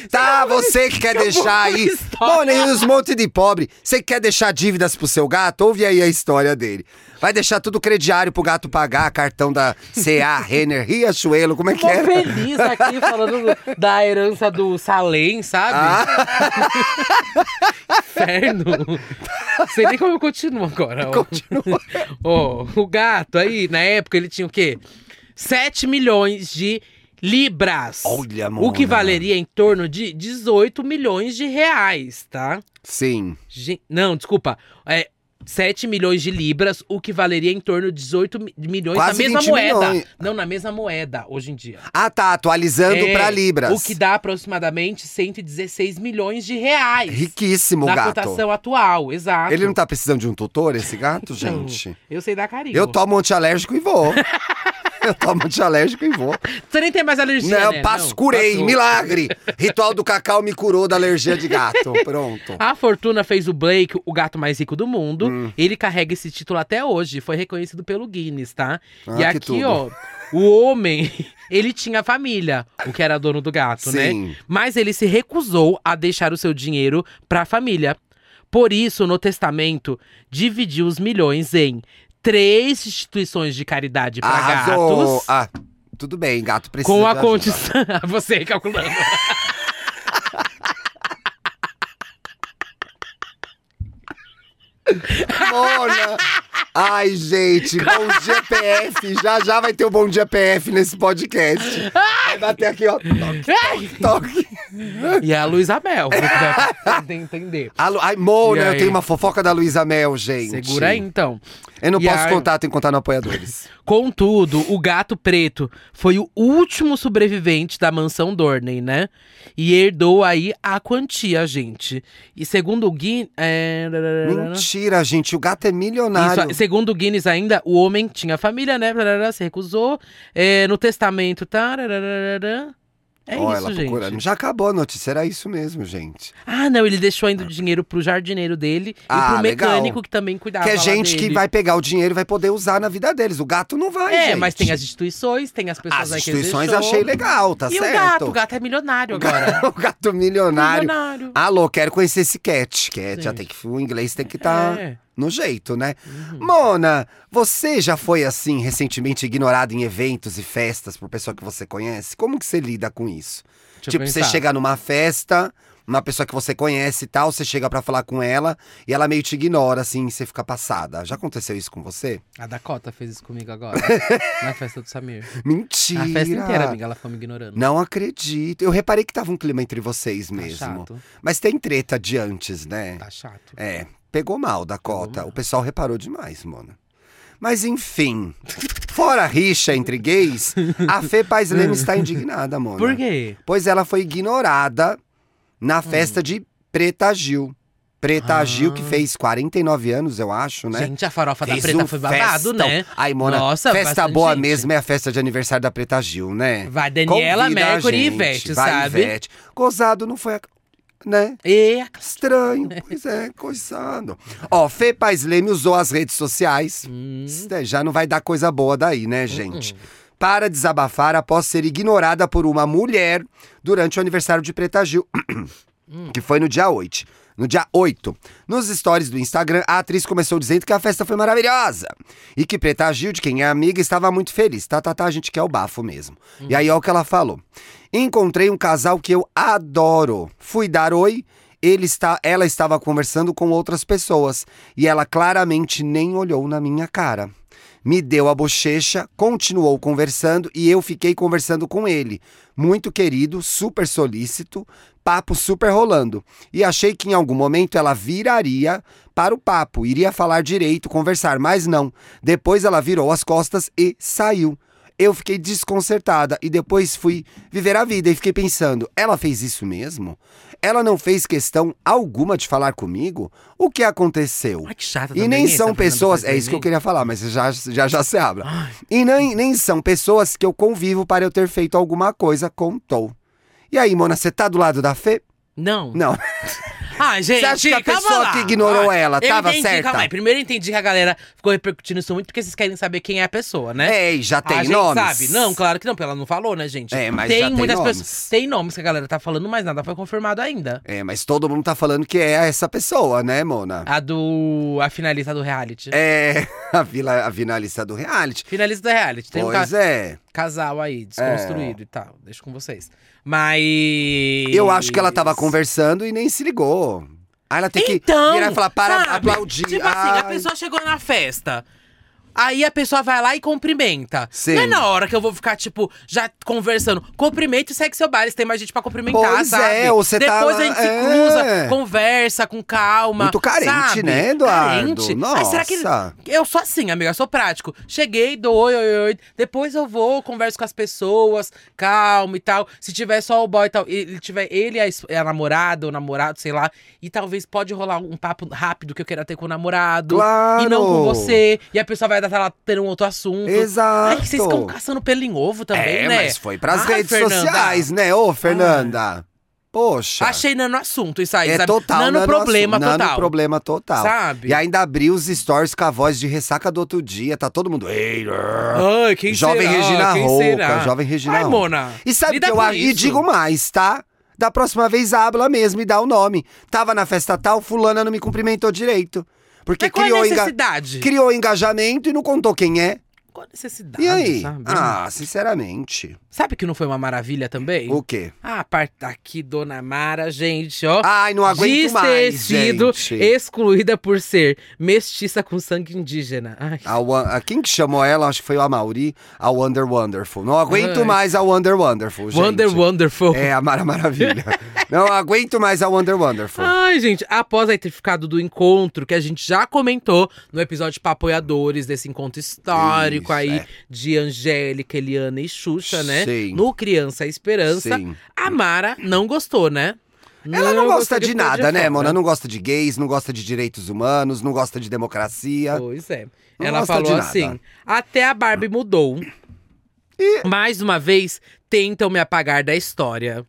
[SPEAKER 2] Tá, você que quer deixar
[SPEAKER 1] com a
[SPEAKER 2] aí.
[SPEAKER 1] história.
[SPEAKER 2] Mona, e os monte de pobre. Você que quer deixar dívidas pro seu gato? Ouve aí a história dele. Vai deixar tudo crediário pro gato pagar, cartão da
[SPEAKER 1] *laughs*
[SPEAKER 2] CA, Renner, Riachuelo, como é que
[SPEAKER 1] Tô
[SPEAKER 2] era?
[SPEAKER 1] feliz aqui falando da herança do Salem, sabe?
[SPEAKER 2] Ah.
[SPEAKER 1] *laughs* Inferno. Sei nem como eu continuo agora. ó.
[SPEAKER 2] Continua.
[SPEAKER 1] Ó, o gato aí, na época, ele tinha o quê? 7 milhões de libras.
[SPEAKER 2] Olha,
[SPEAKER 1] O que
[SPEAKER 2] Mona.
[SPEAKER 1] valeria em torno de 18 milhões de reais, tá?
[SPEAKER 2] Sim.
[SPEAKER 1] Gen- não, desculpa. É 7 milhões de libras, o que valeria em torno de 18 mi- milhões na
[SPEAKER 2] Quase
[SPEAKER 1] mesma
[SPEAKER 2] 20
[SPEAKER 1] moeda.
[SPEAKER 2] milhões.
[SPEAKER 1] Não, na mesma moeda, hoje em dia.
[SPEAKER 2] Ah, tá, atualizando
[SPEAKER 1] É,
[SPEAKER 2] pra Libras.
[SPEAKER 1] O que dá aproximadamente 116 milhões de reais.
[SPEAKER 2] Riquíssimo o
[SPEAKER 1] na
[SPEAKER 2] gato.
[SPEAKER 1] cotação atual, exato.
[SPEAKER 2] Ele não tá precisando de um tutor, esse gato, gente?
[SPEAKER 1] Eu sei dar carinho.
[SPEAKER 2] Eu tomo um antialérgico
[SPEAKER 1] *laughs*
[SPEAKER 2] e vou. Eu tomo um antialérgico e vou.
[SPEAKER 1] Você nem tem mais alergia,
[SPEAKER 2] Não,
[SPEAKER 1] né?
[SPEAKER 2] passo, curei,
[SPEAKER 1] passou. *laughs*
[SPEAKER 2] milagre. Ritual do cacau me curou da alergia de gato. Pronto.
[SPEAKER 1] A fortuna fez o Blake o gato mais rico do mundo.
[SPEAKER 2] Hum.
[SPEAKER 1] Ele carrega esse título até hoje. Foi reconhecido pelo Guinness, tá?
[SPEAKER 2] Ah,
[SPEAKER 1] e
[SPEAKER 2] que
[SPEAKER 1] aqui,
[SPEAKER 2] tudo.
[SPEAKER 1] ó, o homem, *laughs* ele tinha família, o que era dono do gato, né?
[SPEAKER 2] Sim.
[SPEAKER 1] Mas ele se recusou a deixar o seu dinheiro pra família. Por isso, no testamento, dividiu os milhões em três instituições de caridade pra
[SPEAKER 2] Arrasou.
[SPEAKER 1] gatos.
[SPEAKER 2] Ah, tudo bem, gato precisa.
[SPEAKER 1] Com
[SPEAKER 2] de
[SPEAKER 1] a
[SPEAKER 2] ajuda.
[SPEAKER 1] condição. *laughs* Ah, Você
[SPEAKER 2] *laughs*
[SPEAKER 1] calculando.
[SPEAKER 2] Mona. Ai, gente, bom dia PF. Já já vai ter o bom dia PF nesse podcast. Vai bater aqui, ó. Toque.
[SPEAKER 1] E a Luísa Mel, que vai poder entender.
[SPEAKER 2] Alô, ai,
[SPEAKER 1] E
[SPEAKER 2] Mona,
[SPEAKER 1] aí?
[SPEAKER 2] eu tenho uma fofoca da Luísa Mel, gente.
[SPEAKER 1] Segura aí, então.
[SPEAKER 2] Eu não
[SPEAKER 1] E
[SPEAKER 2] posso
[SPEAKER 1] aí?
[SPEAKER 2] contar, tem que contar no
[SPEAKER 1] *laughs*
[SPEAKER 2] Apoiadores.
[SPEAKER 1] Contudo, o gato preto foi o último sobrevivente da mansão Dorney, né? E herdou aí a quantia, gente. E segundo o eh, Guinness.
[SPEAKER 2] Mentira, gente, o gato é milionário.
[SPEAKER 1] segundo o Guinness ainda, o homem tinha família, né? Tarará, Se recusou. É, no testamento, tá? Tarará. É
[SPEAKER 2] Ó,
[SPEAKER 1] isso,
[SPEAKER 2] ela
[SPEAKER 1] gente.
[SPEAKER 2] procurando. Já acabou a notícia, era isso mesmo, gente.
[SPEAKER 1] Ah, não, ele deixou ainda o dinheiro pro jardineiro dele e
[SPEAKER 2] Ah,
[SPEAKER 1] pro
[SPEAKER 2] legal.
[SPEAKER 1] mecânico que também cuidava.
[SPEAKER 2] que é
[SPEAKER 1] lá
[SPEAKER 2] gente que
[SPEAKER 1] dele.
[SPEAKER 2] vai pegar o dinheiro e vai poder usar na vida deles. O gato não vai,
[SPEAKER 1] É,
[SPEAKER 2] gente.
[SPEAKER 1] mas tem as instituições, tem as pessoas
[SPEAKER 2] As
[SPEAKER 1] aí que ele
[SPEAKER 2] instituições
[SPEAKER 1] deixou.
[SPEAKER 2] achei legal, tá
[SPEAKER 1] e
[SPEAKER 2] certo?
[SPEAKER 1] o gato, o gato é milionário agora.
[SPEAKER 2] *laughs* o gato milionário.
[SPEAKER 1] milionário.
[SPEAKER 2] Alô, quero conhecer esse cat. Cat, já
[SPEAKER 1] Gente.
[SPEAKER 2] tem que. O inglês tem que estar.
[SPEAKER 1] É. Uhum.
[SPEAKER 2] no jeito, né? Mona, você já foi assim recentemente ignorada em eventos e festas por pessoa que você conhece? Como que você lida com isso?
[SPEAKER 1] Deixa eu
[SPEAKER 2] tipo, você
[SPEAKER 1] pensar.
[SPEAKER 2] chega numa festa, uma pessoa que você conhece e tal, você chega pra falar com ela e ela meio te ignora assim, e você fica passada. Já aconteceu isso com você?
[SPEAKER 1] A Dakota fez isso comigo
[SPEAKER 2] *laughs*
[SPEAKER 1] agora. na festa do Samir.
[SPEAKER 2] Mentira.
[SPEAKER 1] A festa inteira, amiga, ela ficou me ignorando.
[SPEAKER 2] Não acredito. Eu reparei que tava um clima entre vocês
[SPEAKER 1] tá
[SPEAKER 2] mesmo.
[SPEAKER 1] chato.
[SPEAKER 2] Mas tem treta de antes, né?
[SPEAKER 1] Tá chato.
[SPEAKER 2] É, pegou mal da cota.
[SPEAKER 1] mal.
[SPEAKER 2] O pessoal reparou demais, mona. Mas enfim, fora a rixa entre gays, a Fê Paz Leme está indignada, mona.
[SPEAKER 1] Por quê? Hum.
[SPEAKER 2] Pois ela foi ignorada na festa de Preta Gil. Preta
[SPEAKER 1] Ah.
[SPEAKER 2] Gil, que fez 49 anos, eu acho, né?
[SPEAKER 1] Gente, a farofa da
[SPEAKER 2] Fez
[SPEAKER 1] preta
[SPEAKER 2] um
[SPEAKER 1] foi babado,
[SPEAKER 2] festão.
[SPEAKER 1] né?
[SPEAKER 2] Ai, Mona,
[SPEAKER 1] Nossa,
[SPEAKER 2] festa
[SPEAKER 1] bastante
[SPEAKER 2] boa
[SPEAKER 1] gente.
[SPEAKER 2] mesmo é a festa de aniversário da Preta Gil, né?
[SPEAKER 1] Vai Daniela,
[SPEAKER 2] Convida a
[SPEAKER 1] Mercury e
[SPEAKER 2] gente,
[SPEAKER 1] Ivete,
[SPEAKER 2] vai,
[SPEAKER 1] sabe?
[SPEAKER 2] Ivete. Gozado não foi a... Né?
[SPEAKER 1] E a...
[SPEAKER 2] Estranho, *laughs* pois é, coisando. Ó, Fê Paz Leme usou as redes sociais.
[SPEAKER 1] Hum.
[SPEAKER 2] É, Já não vai dar coisa boa daí, né, gente? Para desabafar após ser ignorada por uma mulher durante o aniversário de Preta Gil, Hum. que foi no dia 8. No dia 8, nos stories do Instagram, a atriz começou dizendo que a festa foi maravilhosa e que Preta Gil, de quem é amiga, estava muito feliz. Tá, tá, tá, a gente quer o bafo mesmo. E aí, olha o que ela falou. Encontrei um casal que eu adoro. Fui dar oi, ele está, ela estava conversando com outras pessoas e ela claramente nem olhou na minha cara. Me deu a bochecha, continuou conversando e eu fiquei conversando com ele. Muito querido, super solícito, papo super rolando. E achei que em algum momento ela viraria para o papo, iria falar direito, conversar, mas não. Depois ela virou as costas e saiu. Eu fiquei desconcertada e depois fui viver a vida e fiquei pensando: ela fez isso mesmo? Ela não fez questão alguma de falar comigo? O que aconteceu?
[SPEAKER 1] Ai, que chata
[SPEAKER 2] E
[SPEAKER 1] também,
[SPEAKER 2] nem
[SPEAKER 1] né, essa
[SPEAKER 2] são
[SPEAKER 1] Fernanda
[SPEAKER 2] pessoas. É
[SPEAKER 1] Fernandes.
[SPEAKER 2] isso que eu queria falar, mas já já, já se abra. E nem, nem são pessoas que eu convivo para eu ter feito alguma coisa, contou. E aí, Mona, você tá do lado da Fê?
[SPEAKER 1] Não.
[SPEAKER 2] Não.
[SPEAKER 1] Ai, gente,
[SPEAKER 2] Você acha que a
[SPEAKER 1] calma
[SPEAKER 2] pessoa
[SPEAKER 1] lá.
[SPEAKER 2] que ignorou
[SPEAKER 1] Ai,
[SPEAKER 2] ela
[SPEAKER 1] eu
[SPEAKER 2] tava
[SPEAKER 1] entendi,
[SPEAKER 2] certa?
[SPEAKER 1] Calma aí. Primeiro eu entendi que a galera ficou repercutindo isso muito porque vocês querem saber quem é a pessoa, né?
[SPEAKER 2] *laughs* É, e já
[SPEAKER 1] a
[SPEAKER 2] tem
[SPEAKER 1] gente
[SPEAKER 2] nomes.
[SPEAKER 1] sabe. Não, claro que não, porque ela não falou, né, gente?
[SPEAKER 2] É, mas
[SPEAKER 1] tem
[SPEAKER 2] já tem
[SPEAKER 1] muitas
[SPEAKER 2] nomes.
[SPEAKER 1] pessoas. Tem nomes que a galera tá falando, mas nada foi confirmado ainda.
[SPEAKER 2] É, mas todo mundo tá falando que é essa pessoa, né, Mona?
[SPEAKER 1] A do. A finalista do reality.
[SPEAKER 2] É, *laughs* a, vila, a finalista do reality.
[SPEAKER 1] Finalista do reality. Tem um ca-
[SPEAKER 2] pois é.
[SPEAKER 1] casal aí, desconstruído e tal. Deixo com vocês. Mas.
[SPEAKER 2] Eu acho que ela tava conversando e nem se ligou. Aí ela tem
[SPEAKER 1] Então,
[SPEAKER 2] que virar e falar, para
[SPEAKER 1] sabe?
[SPEAKER 2] aplaudir.
[SPEAKER 1] Tipo assim, a
[SPEAKER 2] Ai.
[SPEAKER 1] pessoa chegou na festa. Aí a pessoa vai lá e cumprimenta.
[SPEAKER 2] Sim.
[SPEAKER 1] Não é na hora que eu vou ficar, tipo, já conversando. Cumprimenta e segue seu baile. Se tem mais gente pra cumprimentar,
[SPEAKER 2] Pois
[SPEAKER 1] sabe?
[SPEAKER 2] é, ou você tá
[SPEAKER 1] Depois
[SPEAKER 2] lá-
[SPEAKER 1] a gente se
[SPEAKER 2] é.
[SPEAKER 1] cruza, conversa com calma.
[SPEAKER 2] Muito carente,
[SPEAKER 1] sabe?
[SPEAKER 2] né, Eduardo?
[SPEAKER 1] Carente.
[SPEAKER 2] Nossa.
[SPEAKER 1] Ai, será que eu sou assim, amiga, eu sou prático. Cheguei, dou oi, oi, oi. Depois eu vou, converso com as pessoas, calmo e tal. Se tiver só o boy e tal, ele tiver ele e a, es- a namorada ou namorado, sei lá. E talvez pode rolar um papo rápido que eu queira ter com o namorado.
[SPEAKER 2] Claro.
[SPEAKER 1] E não com você. E a pessoa vai estar lá tendo um outro assunto.
[SPEAKER 2] Exato.
[SPEAKER 1] Ai, que vocês ficam caçando pelo em ovo também,
[SPEAKER 2] é,
[SPEAKER 1] né?
[SPEAKER 2] mas foi pras
[SPEAKER 1] Ai,
[SPEAKER 2] redes
[SPEAKER 1] Fernanda. Ah.
[SPEAKER 2] sociais, né? Ô, Fernanda. Poxa.
[SPEAKER 1] Achei nano assunto isso aí,
[SPEAKER 2] é
[SPEAKER 1] sabe?
[SPEAKER 2] total,
[SPEAKER 1] nano problema
[SPEAKER 2] assunto,
[SPEAKER 1] total.
[SPEAKER 2] Nano problema total.
[SPEAKER 1] Sabe?
[SPEAKER 2] E ainda abriu os stories com a voz de ressaca do outro dia. Tá todo mundo. Ei, rrr.
[SPEAKER 1] Ai, Ah, quem
[SPEAKER 2] jovem
[SPEAKER 1] será? Ah,
[SPEAKER 2] Regina
[SPEAKER 1] quem
[SPEAKER 2] Rouca,
[SPEAKER 1] será?
[SPEAKER 2] jovem Regina
[SPEAKER 1] Ai,
[SPEAKER 2] Rouca.
[SPEAKER 1] Mona.
[SPEAKER 2] E sabe o
[SPEAKER 1] lida
[SPEAKER 2] que eu
[SPEAKER 1] com
[SPEAKER 2] acho? E
[SPEAKER 1] isso.
[SPEAKER 2] digo mais, tá? Da próxima vez habla mesmo e dá o nome. Tava na festa tal, fulana não me cumprimentou direito. Porque
[SPEAKER 1] Mas qual é
[SPEAKER 2] criou,
[SPEAKER 1] a
[SPEAKER 2] enga-
[SPEAKER 1] necessidade?
[SPEAKER 2] criou engajamento e não contou quem é.
[SPEAKER 1] Qual a necessidade,
[SPEAKER 2] E aí?
[SPEAKER 1] sabe?
[SPEAKER 2] Ah, sinceramente.
[SPEAKER 1] Sabe que não foi uma maravilha também?
[SPEAKER 2] O quê?
[SPEAKER 1] Ah, a parte aqui, Dona Mara, gente, ó.
[SPEAKER 2] Ai, Ah, não aguento
[SPEAKER 1] diz ter
[SPEAKER 2] mais,
[SPEAKER 1] sido
[SPEAKER 2] gente.
[SPEAKER 1] excluída por ser mestiça com sangue indígena. Ai,
[SPEAKER 2] A, Wan- a- quem que chamou ela, acho que foi a Mauri, a Wonder Wonderful. Não aguento
[SPEAKER 1] Ai.
[SPEAKER 2] mais a Wonder Wonderful, gente.
[SPEAKER 1] Wonder Wonderful.
[SPEAKER 2] É, a
[SPEAKER 1] *laughs*
[SPEAKER 2] Mara Maravilha. Não aguento mais a Wonder Wonderful.
[SPEAKER 1] Ai, gente, após aí ter ficado do encontro, que a gente já comentou no episódio para apoiadores desse encontro histórico
[SPEAKER 2] Isso,
[SPEAKER 1] aí
[SPEAKER 2] é.
[SPEAKER 1] de Angélica, Eliana e Xuxa, né?
[SPEAKER 2] Sim.
[SPEAKER 1] No Criança Esperança,
[SPEAKER 2] Sim.
[SPEAKER 1] a Mara não gostou, né?
[SPEAKER 2] Ela não, gosta
[SPEAKER 1] gostou
[SPEAKER 2] de
[SPEAKER 1] ficou
[SPEAKER 2] nada, né,
[SPEAKER 1] fora.
[SPEAKER 2] Mona? Não gosta de gays, não gosta de direitos humanos, não gosta de democracia.
[SPEAKER 1] Pois é.
[SPEAKER 2] Não
[SPEAKER 1] Ela
[SPEAKER 2] gosta de
[SPEAKER 1] falou
[SPEAKER 2] nada.
[SPEAKER 1] assim: até a Barbie mudou. Mais uma vez, tentam me apagar da história.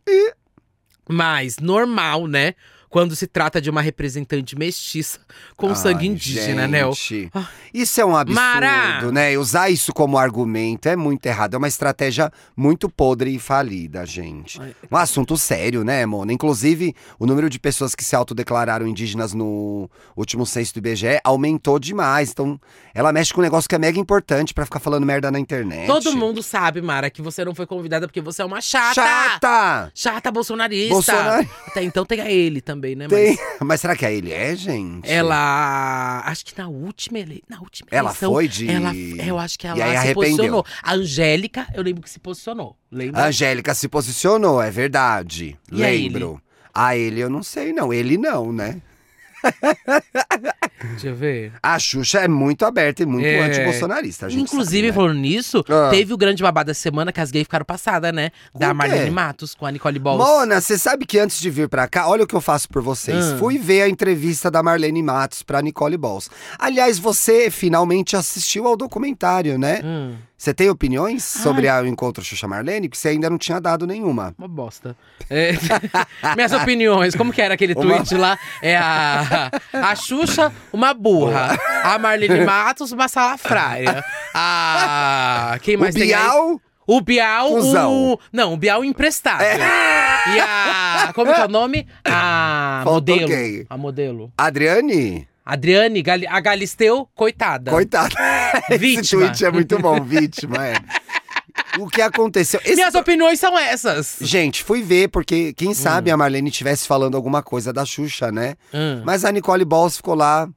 [SPEAKER 1] Mas normal, né? quando se trata de uma representante mestiça com
[SPEAKER 2] Ai,
[SPEAKER 1] sangue indígena, né? O-
[SPEAKER 2] gente.
[SPEAKER 1] Ah.
[SPEAKER 2] Isso é um absurdo,
[SPEAKER 1] Mara!
[SPEAKER 2] né? Usar isso como argumento é muito errado. É uma estratégia muito podre e falida, gente.
[SPEAKER 1] Ai.
[SPEAKER 2] Um assunto sério, né, Mona? Inclusive, o número de pessoas que se autodeclararam indígenas no último censo do IBGE aumentou demais. Então, ela mexe com um negócio que é mega importante pra ficar falando merda na internet.
[SPEAKER 1] Todo mundo sabe, Mara, que você não foi convidada porque você é uma chata!
[SPEAKER 2] Chata!
[SPEAKER 1] Chata bolsonarista!
[SPEAKER 2] Bolsonaro.
[SPEAKER 1] Até então tem a ele também, né?
[SPEAKER 2] Tem... *laughs* Mas será que é ele é, gente?
[SPEAKER 1] Mas ela. Acho que na última, ele... na última
[SPEAKER 2] Ela
[SPEAKER 1] eleição.
[SPEAKER 2] foi de-
[SPEAKER 1] Ela... Eu acho que ela
[SPEAKER 2] aí
[SPEAKER 1] se
[SPEAKER 2] arrependeu.
[SPEAKER 1] posicionou. A Angélica, eu lembro que se posicionou.
[SPEAKER 2] A
[SPEAKER 1] Lembra?
[SPEAKER 2] Angélica se posicionou, é verdade.
[SPEAKER 1] Né? E a
[SPEAKER 2] Lembro. A ele eu não sei, não. Ele não, né?
[SPEAKER 1] Deixa eu ver.
[SPEAKER 2] A Xuxa é muito aberta e muito
[SPEAKER 1] É.
[SPEAKER 2] antibolsonarista, a gente
[SPEAKER 1] Inclusive,
[SPEAKER 2] sabe, né?
[SPEAKER 1] falando nisso,
[SPEAKER 2] Ah.
[SPEAKER 1] teve o grande babado da semana que as gays ficaram passadas, né?
[SPEAKER 2] o
[SPEAKER 1] da
[SPEAKER 2] quê?
[SPEAKER 1] Marlene Matos com a Nicole Balls.
[SPEAKER 2] Mona, você sabe que antes de vir pra cá, olha o que eu faço por vocês.
[SPEAKER 1] Ah.
[SPEAKER 2] Fui ver a entrevista da Marlene Matos pra Nicole Balls. Aliás, você finalmente assistiu ao documentário, né?
[SPEAKER 1] Hum,
[SPEAKER 2] Você tem opiniões sobre a- o encontro Xuxa Marlene? Porque você ainda não tinha dado nenhuma.
[SPEAKER 1] uma bosta. É, *laughs* Minhas opiniões, como que era aquele
[SPEAKER 2] Uma-
[SPEAKER 1] tweet lá? É a, a Xuxa, uma burra. A Marlene Matos, uma salafrária. A. Quem mais
[SPEAKER 2] o
[SPEAKER 1] tem aí?
[SPEAKER 2] Bial, é.
[SPEAKER 1] O Bial,
[SPEAKER 2] Cusão.
[SPEAKER 1] o... Não, o Bial emprestado. E a... Como que é o nome? A
[SPEAKER 2] Faltou
[SPEAKER 1] modelo.
[SPEAKER 2] quem?
[SPEAKER 1] A modelo.
[SPEAKER 2] Adriane,
[SPEAKER 1] Adriane, Gali... a Galisteu, coitada.
[SPEAKER 2] coitado. Esse
[SPEAKER 1] Vítima.
[SPEAKER 2] tweet é
[SPEAKER 1] *laughs*
[SPEAKER 2] muito bom, vítima, é. O que aconteceu? Esse
[SPEAKER 1] Minhas opiniões são essas.
[SPEAKER 2] Gente, fui ver, porque quem sabe a Marlene estivesse falando alguma coisa da Xuxa, né?
[SPEAKER 1] Hum.
[SPEAKER 2] Mas a Nicole Balls ficou lá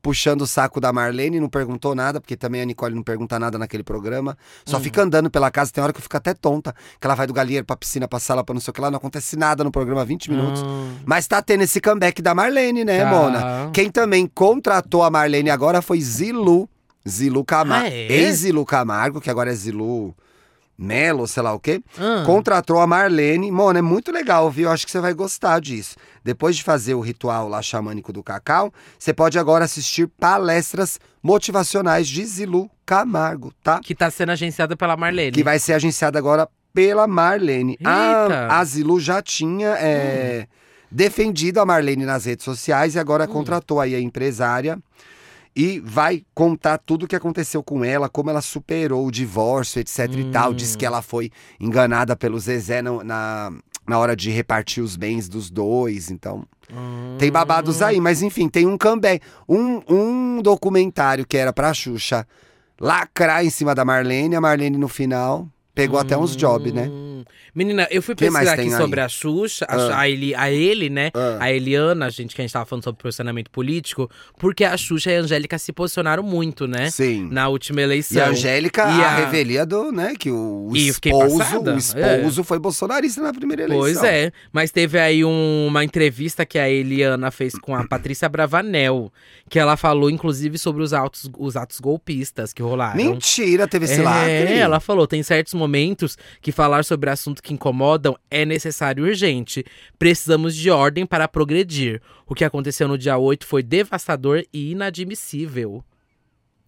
[SPEAKER 2] puxando o saco da Marlene, não perguntou nada, porque também a Nicole não pergunta nada naquele programa.
[SPEAKER 1] Hum.
[SPEAKER 2] Só fica andando pela casa, tem hora que eu fico até tonta, que ela vai do galinheiro pra piscina, pra sala, pra não sei o que lá, não acontece nada no programa, 20 minutos.
[SPEAKER 1] Hum,
[SPEAKER 2] Mas tá tendo esse comeback da Marlene, né,
[SPEAKER 1] tá.
[SPEAKER 2] Mona? Quem também contratou a Marlene agora foi Zilu. Zilu Camargo.
[SPEAKER 1] Ah, é?
[SPEAKER 2] Ex-Zilu Camargo, que agora é Zilu Melo, sei lá o quê.
[SPEAKER 1] Hum.
[SPEAKER 2] Contratou a Marlene. Mano, é muito legal, viu? Acho que você vai gostar disso. Depois de fazer o ritual lá xamânico do cacau, você pode agora assistir palestras motivacionais de Zilu Camargo, tá?
[SPEAKER 1] Que tá sendo agenciada pela Marlene.
[SPEAKER 2] Que vai ser agenciada agora pela Marlene.
[SPEAKER 1] Eita! Hum.
[SPEAKER 2] A, a Zilu já tinha é, defendido a Marlene nas redes sociais e agora contratou aí a empresária. E vai contar tudo o que aconteceu com ela, como ela superou o divórcio, etc
[SPEAKER 1] Hum.
[SPEAKER 2] e tal. Diz que ela foi enganada pelo Zezé no- na, na hora de repartir os bens dos dois. Então,
[SPEAKER 1] Hum.
[SPEAKER 2] tem babados aí, mas enfim, tem um comeback. Um, um documentário que era pra Xuxa lacrar em cima da Marlene, a Marlene no final pegou até uns job, né?
[SPEAKER 1] Hum. Menina, eu fui
[SPEAKER 2] Que mais
[SPEAKER 1] pesquisar
[SPEAKER 2] tem
[SPEAKER 1] aqui
[SPEAKER 2] aí?
[SPEAKER 1] sobre a Xuxa, a, Xu-
[SPEAKER 2] Ah.
[SPEAKER 1] a, Eli- a ele, né?
[SPEAKER 2] Ah.
[SPEAKER 1] A Eliana, gente, que a gente tava falando sobre posicionamento político, porque a Xuxa e a Angélica se posicionaram muito, né?
[SPEAKER 2] Sim.
[SPEAKER 1] Na última eleição.
[SPEAKER 2] E a Angélica,
[SPEAKER 1] E
[SPEAKER 2] a...
[SPEAKER 1] a-
[SPEAKER 2] revelia do, né, que o
[SPEAKER 1] E eu fiquei
[SPEAKER 2] esposo,
[SPEAKER 1] passada,
[SPEAKER 2] o esposo foi bolsonarista na primeira eleição.
[SPEAKER 1] Pois é, mas teve aí um- uma entrevista que a Eliana fez com a Patrícia Bravanel, que ela falou inclusive sobre os atos, os atos golpistas que rolaram.
[SPEAKER 2] Mentira, teve esse
[SPEAKER 1] é,
[SPEAKER 2] lacre.
[SPEAKER 1] ela falou, tem certos momentos que falar sobre assuntos que incomodam é necessário e urgente. Precisamos de ordem para progredir. O que aconteceu no dia 8 foi devastador e inadmissível.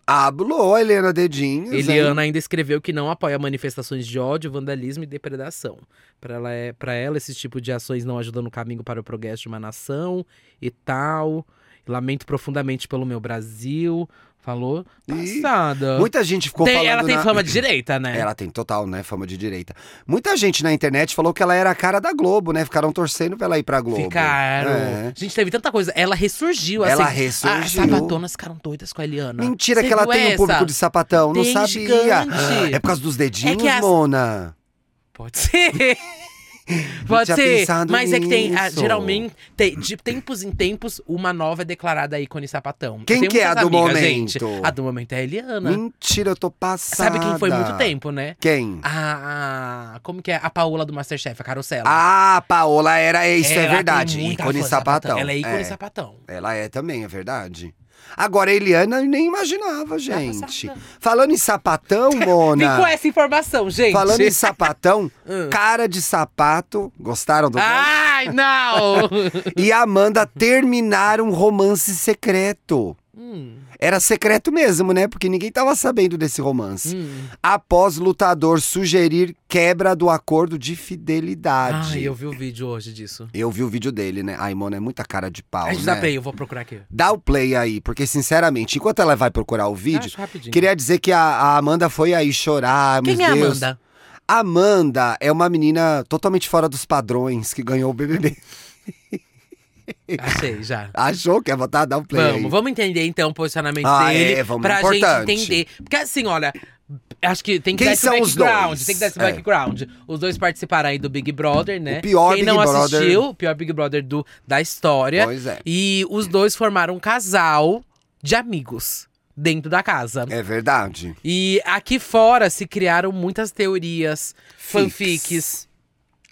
[SPEAKER 2] Ablou a Helena Dedinhos. hein?
[SPEAKER 1] Eliana ainda escreveu que não apoia manifestações de ódio, vandalismo e depredação. Para ela, é, pra ela, esse tipo de ações não ajudam no caminho para o progresso de uma nação e tal. Lamento profundamente pelo meu Brasil. Falou?
[SPEAKER 2] Ih,
[SPEAKER 1] Passada.
[SPEAKER 2] Muita gente ficou
[SPEAKER 1] Tem-
[SPEAKER 2] falando
[SPEAKER 1] ela tem
[SPEAKER 2] na-
[SPEAKER 1] fama de direita, né?
[SPEAKER 2] *laughs* Ela tem total, né? Fama de direita. Muita gente na internet falou que ela era a cara da Globo, né? Ficaram torcendo pra ela ir pra Globo.
[SPEAKER 1] Ficaram.
[SPEAKER 2] É.
[SPEAKER 1] Gente, teve tanta coisa. Ela ressurgiu,
[SPEAKER 2] Ela
[SPEAKER 1] assim. As
[SPEAKER 2] ressurgiu.
[SPEAKER 1] sapatonas ficaram doidas com a Eliana.
[SPEAKER 2] Mentira
[SPEAKER 1] Você
[SPEAKER 2] que ela
[SPEAKER 1] viu
[SPEAKER 2] tem um
[SPEAKER 1] essa?
[SPEAKER 2] público de sapatão, não
[SPEAKER 1] Tem
[SPEAKER 2] sabia.
[SPEAKER 1] gigante.
[SPEAKER 2] É por causa dos
[SPEAKER 1] É
[SPEAKER 2] dedinhos,
[SPEAKER 1] que as-
[SPEAKER 2] Mona.
[SPEAKER 1] Pode
[SPEAKER 2] *laughs*
[SPEAKER 1] ser. Pode
[SPEAKER 2] tinha
[SPEAKER 1] ser.
[SPEAKER 2] pensado
[SPEAKER 1] Mas é que tem. ah,
[SPEAKER 2] nisso.
[SPEAKER 1] geralmente, tem- de tempos em tempos, uma nova é declarada ícone sapatão. Eu
[SPEAKER 2] Quem
[SPEAKER 1] tenho
[SPEAKER 2] que é a
[SPEAKER 1] muitas
[SPEAKER 2] do
[SPEAKER 1] amigas,
[SPEAKER 2] momento?
[SPEAKER 1] gente. A do momento é a Eliana.
[SPEAKER 2] Mentira, eu tô passada.
[SPEAKER 1] Sabe quem foi muito tempo, né?
[SPEAKER 2] Quem?
[SPEAKER 1] A. a- Como que é? A Paola do Masterchef, a Carosella.
[SPEAKER 2] Ah, a Paola era. Isso
[SPEAKER 1] Ela
[SPEAKER 2] é
[SPEAKER 1] tem
[SPEAKER 2] verdade.
[SPEAKER 1] muita
[SPEAKER 2] Ícone
[SPEAKER 1] fã de
[SPEAKER 2] sapatão.
[SPEAKER 1] Ela é ícone
[SPEAKER 2] É,
[SPEAKER 1] sapatão.
[SPEAKER 2] Ela é também, é verdade. Agora, a Eliana eu nem imaginava,
[SPEAKER 1] é
[SPEAKER 2] gente.
[SPEAKER 1] passada.
[SPEAKER 2] Falando em
[SPEAKER 1] *laughs*
[SPEAKER 2] sapatão,
[SPEAKER 1] tá Ficou
[SPEAKER 2] Mona.
[SPEAKER 1] essa informação, gente.
[SPEAKER 2] Falando em sapatão,
[SPEAKER 1] *laughs* Hum.
[SPEAKER 2] cara de sapato. Gostaram do
[SPEAKER 1] Ah.
[SPEAKER 2] nome?
[SPEAKER 1] Ai, não!
[SPEAKER 2] *laughs* e a Amanda terminaram um romance secreto.
[SPEAKER 1] Hum,
[SPEAKER 2] Era secreto mesmo, né? Porque ninguém tava sabendo desse romance.
[SPEAKER 1] hum.
[SPEAKER 2] Após lutador sugerir quebra do acordo de fidelidade.
[SPEAKER 1] Ai, Ah, eu vi o vídeo hoje disso.
[SPEAKER 2] Eu vi o vídeo dele, né? Ai, mano, é muita cara de pau,
[SPEAKER 1] A gente
[SPEAKER 2] né?
[SPEAKER 1] dá bem, eu vou procurar aqui.
[SPEAKER 2] Dá o play aí, porque sinceramente, enquanto ela vai procurar
[SPEAKER 1] Ah,
[SPEAKER 2] o vídeo,
[SPEAKER 1] Acho rapidinho.
[SPEAKER 2] queria dizer que a, a Amanda foi aí chorar.
[SPEAKER 1] Quem
[SPEAKER 2] meu
[SPEAKER 1] é a
[SPEAKER 2] Deus. *laughs*
[SPEAKER 1] Amanda?
[SPEAKER 2] Amanda é uma menina totalmente fora dos padrões que ganhou o BBB.
[SPEAKER 1] Achei, Ah, já.
[SPEAKER 2] *laughs* Achou que ia botar? Dá o play aí.
[SPEAKER 1] Vamos, vamos entender então o posicionamento
[SPEAKER 2] Ah,
[SPEAKER 1] dele
[SPEAKER 2] é, vamos,
[SPEAKER 1] pra
[SPEAKER 2] importante.
[SPEAKER 1] gente entender. Porque assim, olha, acho que tem que
[SPEAKER 2] Quem
[SPEAKER 1] dar esse
[SPEAKER 2] são os
[SPEAKER 1] background.
[SPEAKER 2] dois?
[SPEAKER 1] Tem que dar esse
[SPEAKER 2] É.
[SPEAKER 1] background. Os dois participaram aí do Big Brother, né?
[SPEAKER 2] O pior
[SPEAKER 1] Quem
[SPEAKER 2] Big
[SPEAKER 1] não
[SPEAKER 2] Brother.
[SPEAKER 1] assistiu, o pior Big Brother do, da história.
[SPEAKER 2] Pois é.
[SPEAKER 1] E os dois formaram um casal de amigos dentro da casa.
[SPEAKER 2] É verdade.
[SPEAKER 1] E aqui fora se criaram muitas teorias,
[SPEAKER 2] Fix.
[SPEAKER 1] fanfics,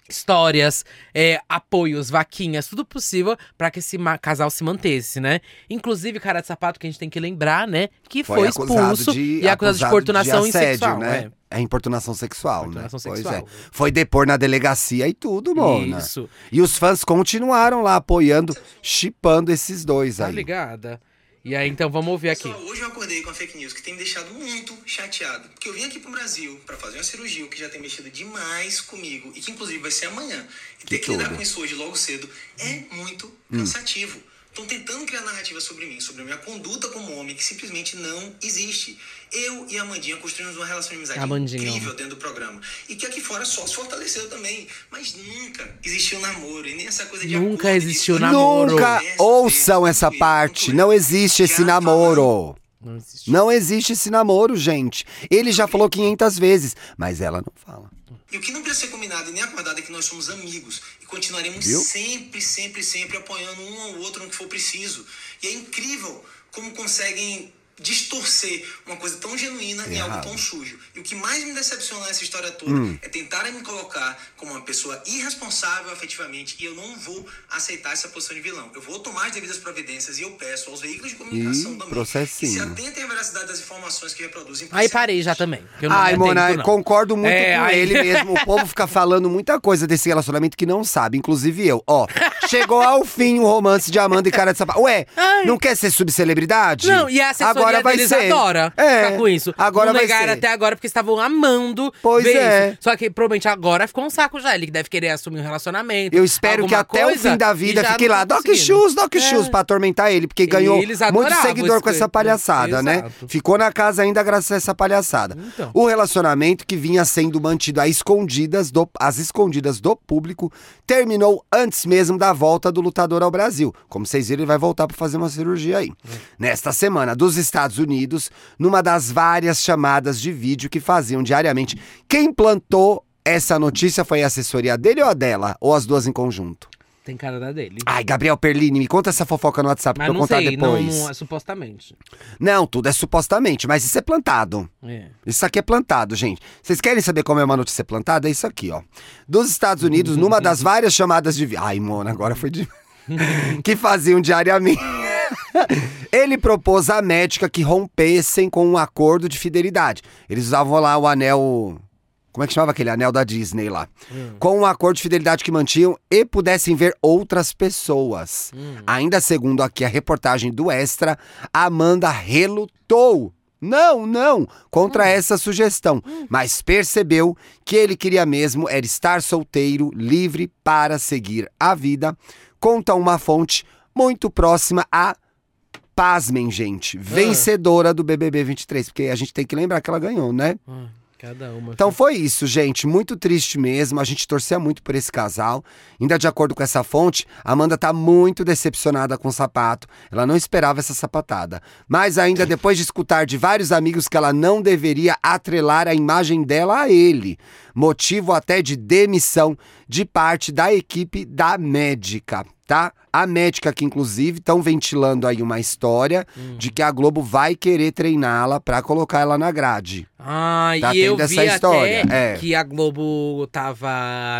[SPEAKER 1] histórias, é, apoios, vaquinhas, tudo possível pra que esse ma- casal se mantesse, né? Inclusive, cara de sapato que a gente tem que lembrar, né? Que foi, expulso e é acusado de importunação
[SPEAKER 2] assédio,
[SPEAKER 1] sexual,
[SPEAKER 2] né? É importunação sexual,
[SPEAKER 1] Importunação
[SPEAKER 2] né?
[SPEAKER 1] sexual.
[SPEAKER 2] Pois é. Foi depor na delegacia e tudo, mona.
[SPEAKER 1] Isso.
[SPEAKER 2] E os fãs continuaram lá apoiando, chipando esses dois
[SPEAKER 1] Tá
[SPEAKER 2] aí.
[SPEAKER 1] ligada? E aí, então, vamos ouvir aqui.
[SPEAKER 4] Pessoal, hoje eu acordei com a fake news que tem me deixado muito chateado. Porque eu vim aqui pro Brasil pra fazer uma cirurgia, o que já tem mexido demais comigo e que inclusive vai ser amanhã. E ter que tá lidar
[SPEAKER 2] tudo.
[SPEAKER 4] com isso hoje logo cedo é muito
[SPEAKER 2] Hum.
[SPEAKER 4] cansativo. Estão tentando criar narrativa sobre mim, sobre a minha conduta como homem, que simplesmente não existe. Eu e a Amandinha construímos uma relação de amizade
[SPEAKER 1] Amandinha.
[SPEAKER 4] incrível dentro do programa. E que aqui fora só se fortaleceu também. Mas nunca existiu namoro. E nem essa coisa de
[SPEAKER 1] Nunca
[SPEAKER 4] acordo de
[SPEAKER 1] existiu
[SPEAKER 4] sangue.
[SPEAKER 1] namoro.
[SPEAKER 2] Nunca ouçam essa parte. Não existe esse
[SPEAKER 4] Já falaram
[SPEAKER 2] namoro.
[SPEAKER 1] Não existe.
[SPEAKER 2] Não existe esse namoro, gente. Ele já falou 500 vezes, mas ela não fala.
[SPEAKER 4] E o que não precisa ser combinado e nem acordado é que nós somos amigos e continuaremos
[SPEAKER 2] Viu?
[SPEAKER 4] sempre, sempre, sempre apoiando um ao outro no que for preciso. E é incrível como conseguem distorcer uma coisa tão genuína em algo
[SPEAKER 2] Errado. Hum.
[SPEAKER 4] tão sujo. E o que mais me decepciona nessa história toda é tentarem me colocar como uma pessoa irresponsável afetivamente e eu não vou aceitar essa posição de vilão. Eu vou tomar as devidas providências e eu peço aos veículos de comunicação também
[SPEAKER 2] processinho.
[SPEAKER 4] que se atentem à veracidade das informações que reproduzem.
[SPEAKER 1] Aí parei já também. que eu não
[SPEAKER 2] Ai,
[SPEAKER 1] me atento,
[SPEAKER 2] Mona,
[SPEAKER 1] não.
[SPEAKER 2] concordo muito
[SPEAKER 1] É,
[SPEAKER 2] com
[SPEAKER 1] aí-
[SPEAKER 2] ele mesmo.
[SPEAKER 1] *laughs*
[SPEAKER 2] O povo fica falando muita coisa desse relacionamento que não sabe, inclusive eu. Ó, chegou ao fim o romance de Amanda e cara de sapato. Ué,
[SPEAKER 1] Ai.
[SPEAKER 2] não quer ser subcelebridade?
[SPEAKER 1] Não, e a assessoria
[SPEAKER 2] agora vai
[SPEAKER 1] deles
[SPEAKER 2] ser.
[SPEAKER 1] adora
[SPEAKER 2] é,
[SPEAKER 1] ficar com isso.
[SPEAKER 2] Agora
[SPEAKER 1] não
[SPEAKER 2] vai
[SPEAKER 1] negaram
[SPEAKER 2] ser.
[SPEAKER 1] até agora porque estavam amando
[SPEAKER 2] Pois
[SPEAKER 1] ver
[SPEAKER 2] é.
[SPEAKER 1] isso. Só que provavelmente agora ficou um saco já. Ele deve querer assumir um relacionamento.
[SPEAKER 2] Eu espero que
[SPEAKER 1] alguma
[SPEAKER 2] até o
[SPEAKER 1] coisa,
[SPEAKER 2] fim da
[SPEAKER 1] e
[SPEAKER 2] vida
[SPEAKER 1] já
[SPEAKER 2] fique
[SPEAKER 1] não
[SPEAKER 2] lá,
[SPEAKER 1] tá
[SPEAKER 2] Doc
[SPEAKER 1] conseguindo.
[SPEAKER 2] Shoes, Doc
[SPEAKER 1] É.
[SPEAKER 2] Shoes, pra atormentar ele, porque ganhou
[SPEAKER 1] eles
[SPEAKER 2] muito
[SPEAKER 1] adoravam
[SPEAKER 2] seguidor
[SPEAKER 1] esse
[SPEAKER 2] com essa
[SPEAKER 1] coisa.
[SPEAKER 2] palhaçada, né?
[SPEAKER 1] Exato.
[SPEAKER 2] Ficou na casa ainda graças a essa palhaçada.
[SPEAKER 1] Então.
[SPEAKER 2] O relacionamento que vinha sendo mantido às escondidas, do, às escondidas do público terminou antes mesmo da volta do lutador ao Brasil. Como vocês viram, ele vai voltar para fazer uma cirurgia aí.
[SPEAKER 1] É.
[SPEAKER 2] Nesta semana, dos Estados Unidos, numa das várias chamadas de vídeo que faziam diariamente. Quem plantou essa notícia foi a assessoria dele ou a dela? Ou as duas em conjunto?
[SPEAKER 1] Tem cara da dele.
[SPEAKER 2] Ai, Gabriel Perlini, me conta essa fofoca no WhatsApp
[SPEAKER 1] Mas
[SPEAKER 2] pra eu
[SPEAKER 1] não
[SPEAKER 2] Ah, contar
[SPEAKER 1] sei, não,
[SPEAKER 2] depois.
[SPEAKER 1] não, supostamente.
[SPEAKER 2] não, tudo é supostamente, mas isso é plantado.
[SPEAKER 1] É.
[SPEAKER 2] Isso aqui é plantado, gente. Vocês querem saber como é uma notícia plantada? É isso aqui, ó. Dos Estados Unidos, numa das várias chamadas de. vi- Ai, mano, agora foi de. *laughs* que faziam diariamente. *laughs* Ele propôs à médica que rompessem com um acordo de fidelidade. Eles usavam lá o anel. Como é que chamava aquele anel da Disney lá?
[SPEAKER 1] Hum.
[SPEAKER 2] Com um acordo de fidelidade que mantinham e pudessem ver outras pessoas.
[SPEAKER 1] Hum.
[SPEAKER 2] Ainda segundo aqui a reportagem do Extra, a Amanda relutou. Não, não,
[SPEAKER 1] Hum.
[SPEAKER 2] contra essa sugestão, mas percebeu que ele queria mesmo era estar solteiro, livre para seguir a vida, conta uma fonte muito próxima a Pasmem,
[SPEAKER 1] Hum.
[SPEAKER 2] gente, vencedora do BBB 23, porque a gente tem que lembrar que ela ganhou, né?
[SPEAKER 1] Ah, cada uma.
[SPEAKER 2] Então foi isso, gente. Muito triste mesmo. A gente torcia muito por esse casal. Ainda de acordo com essa fonte, a Amanda tá muito decepcionada com o sapato. Ela não esperava essa sapatada. Mas ainda depois de escutar de vários amigos que ela não deveria atrelar a imagem dela a ele. Motivo até de demissão de parte da equipe da médica, tá? A médica que, inclusive, estão ventilando aí uma história de que a Globo vai querer treiná-la pra colocar ela na grade.
[SPEAKER 1] Ah,
[SPEAKER 2] Tá
[SPEAKER 1] e eu
[SPEAKER 2] tendo
[SPEAKER 1] vi
[SPEAKER 2] essa
[SPEAKER 1] até
[SPEAKER 2] história, é.
[SPEAKER 1] que a Globo tava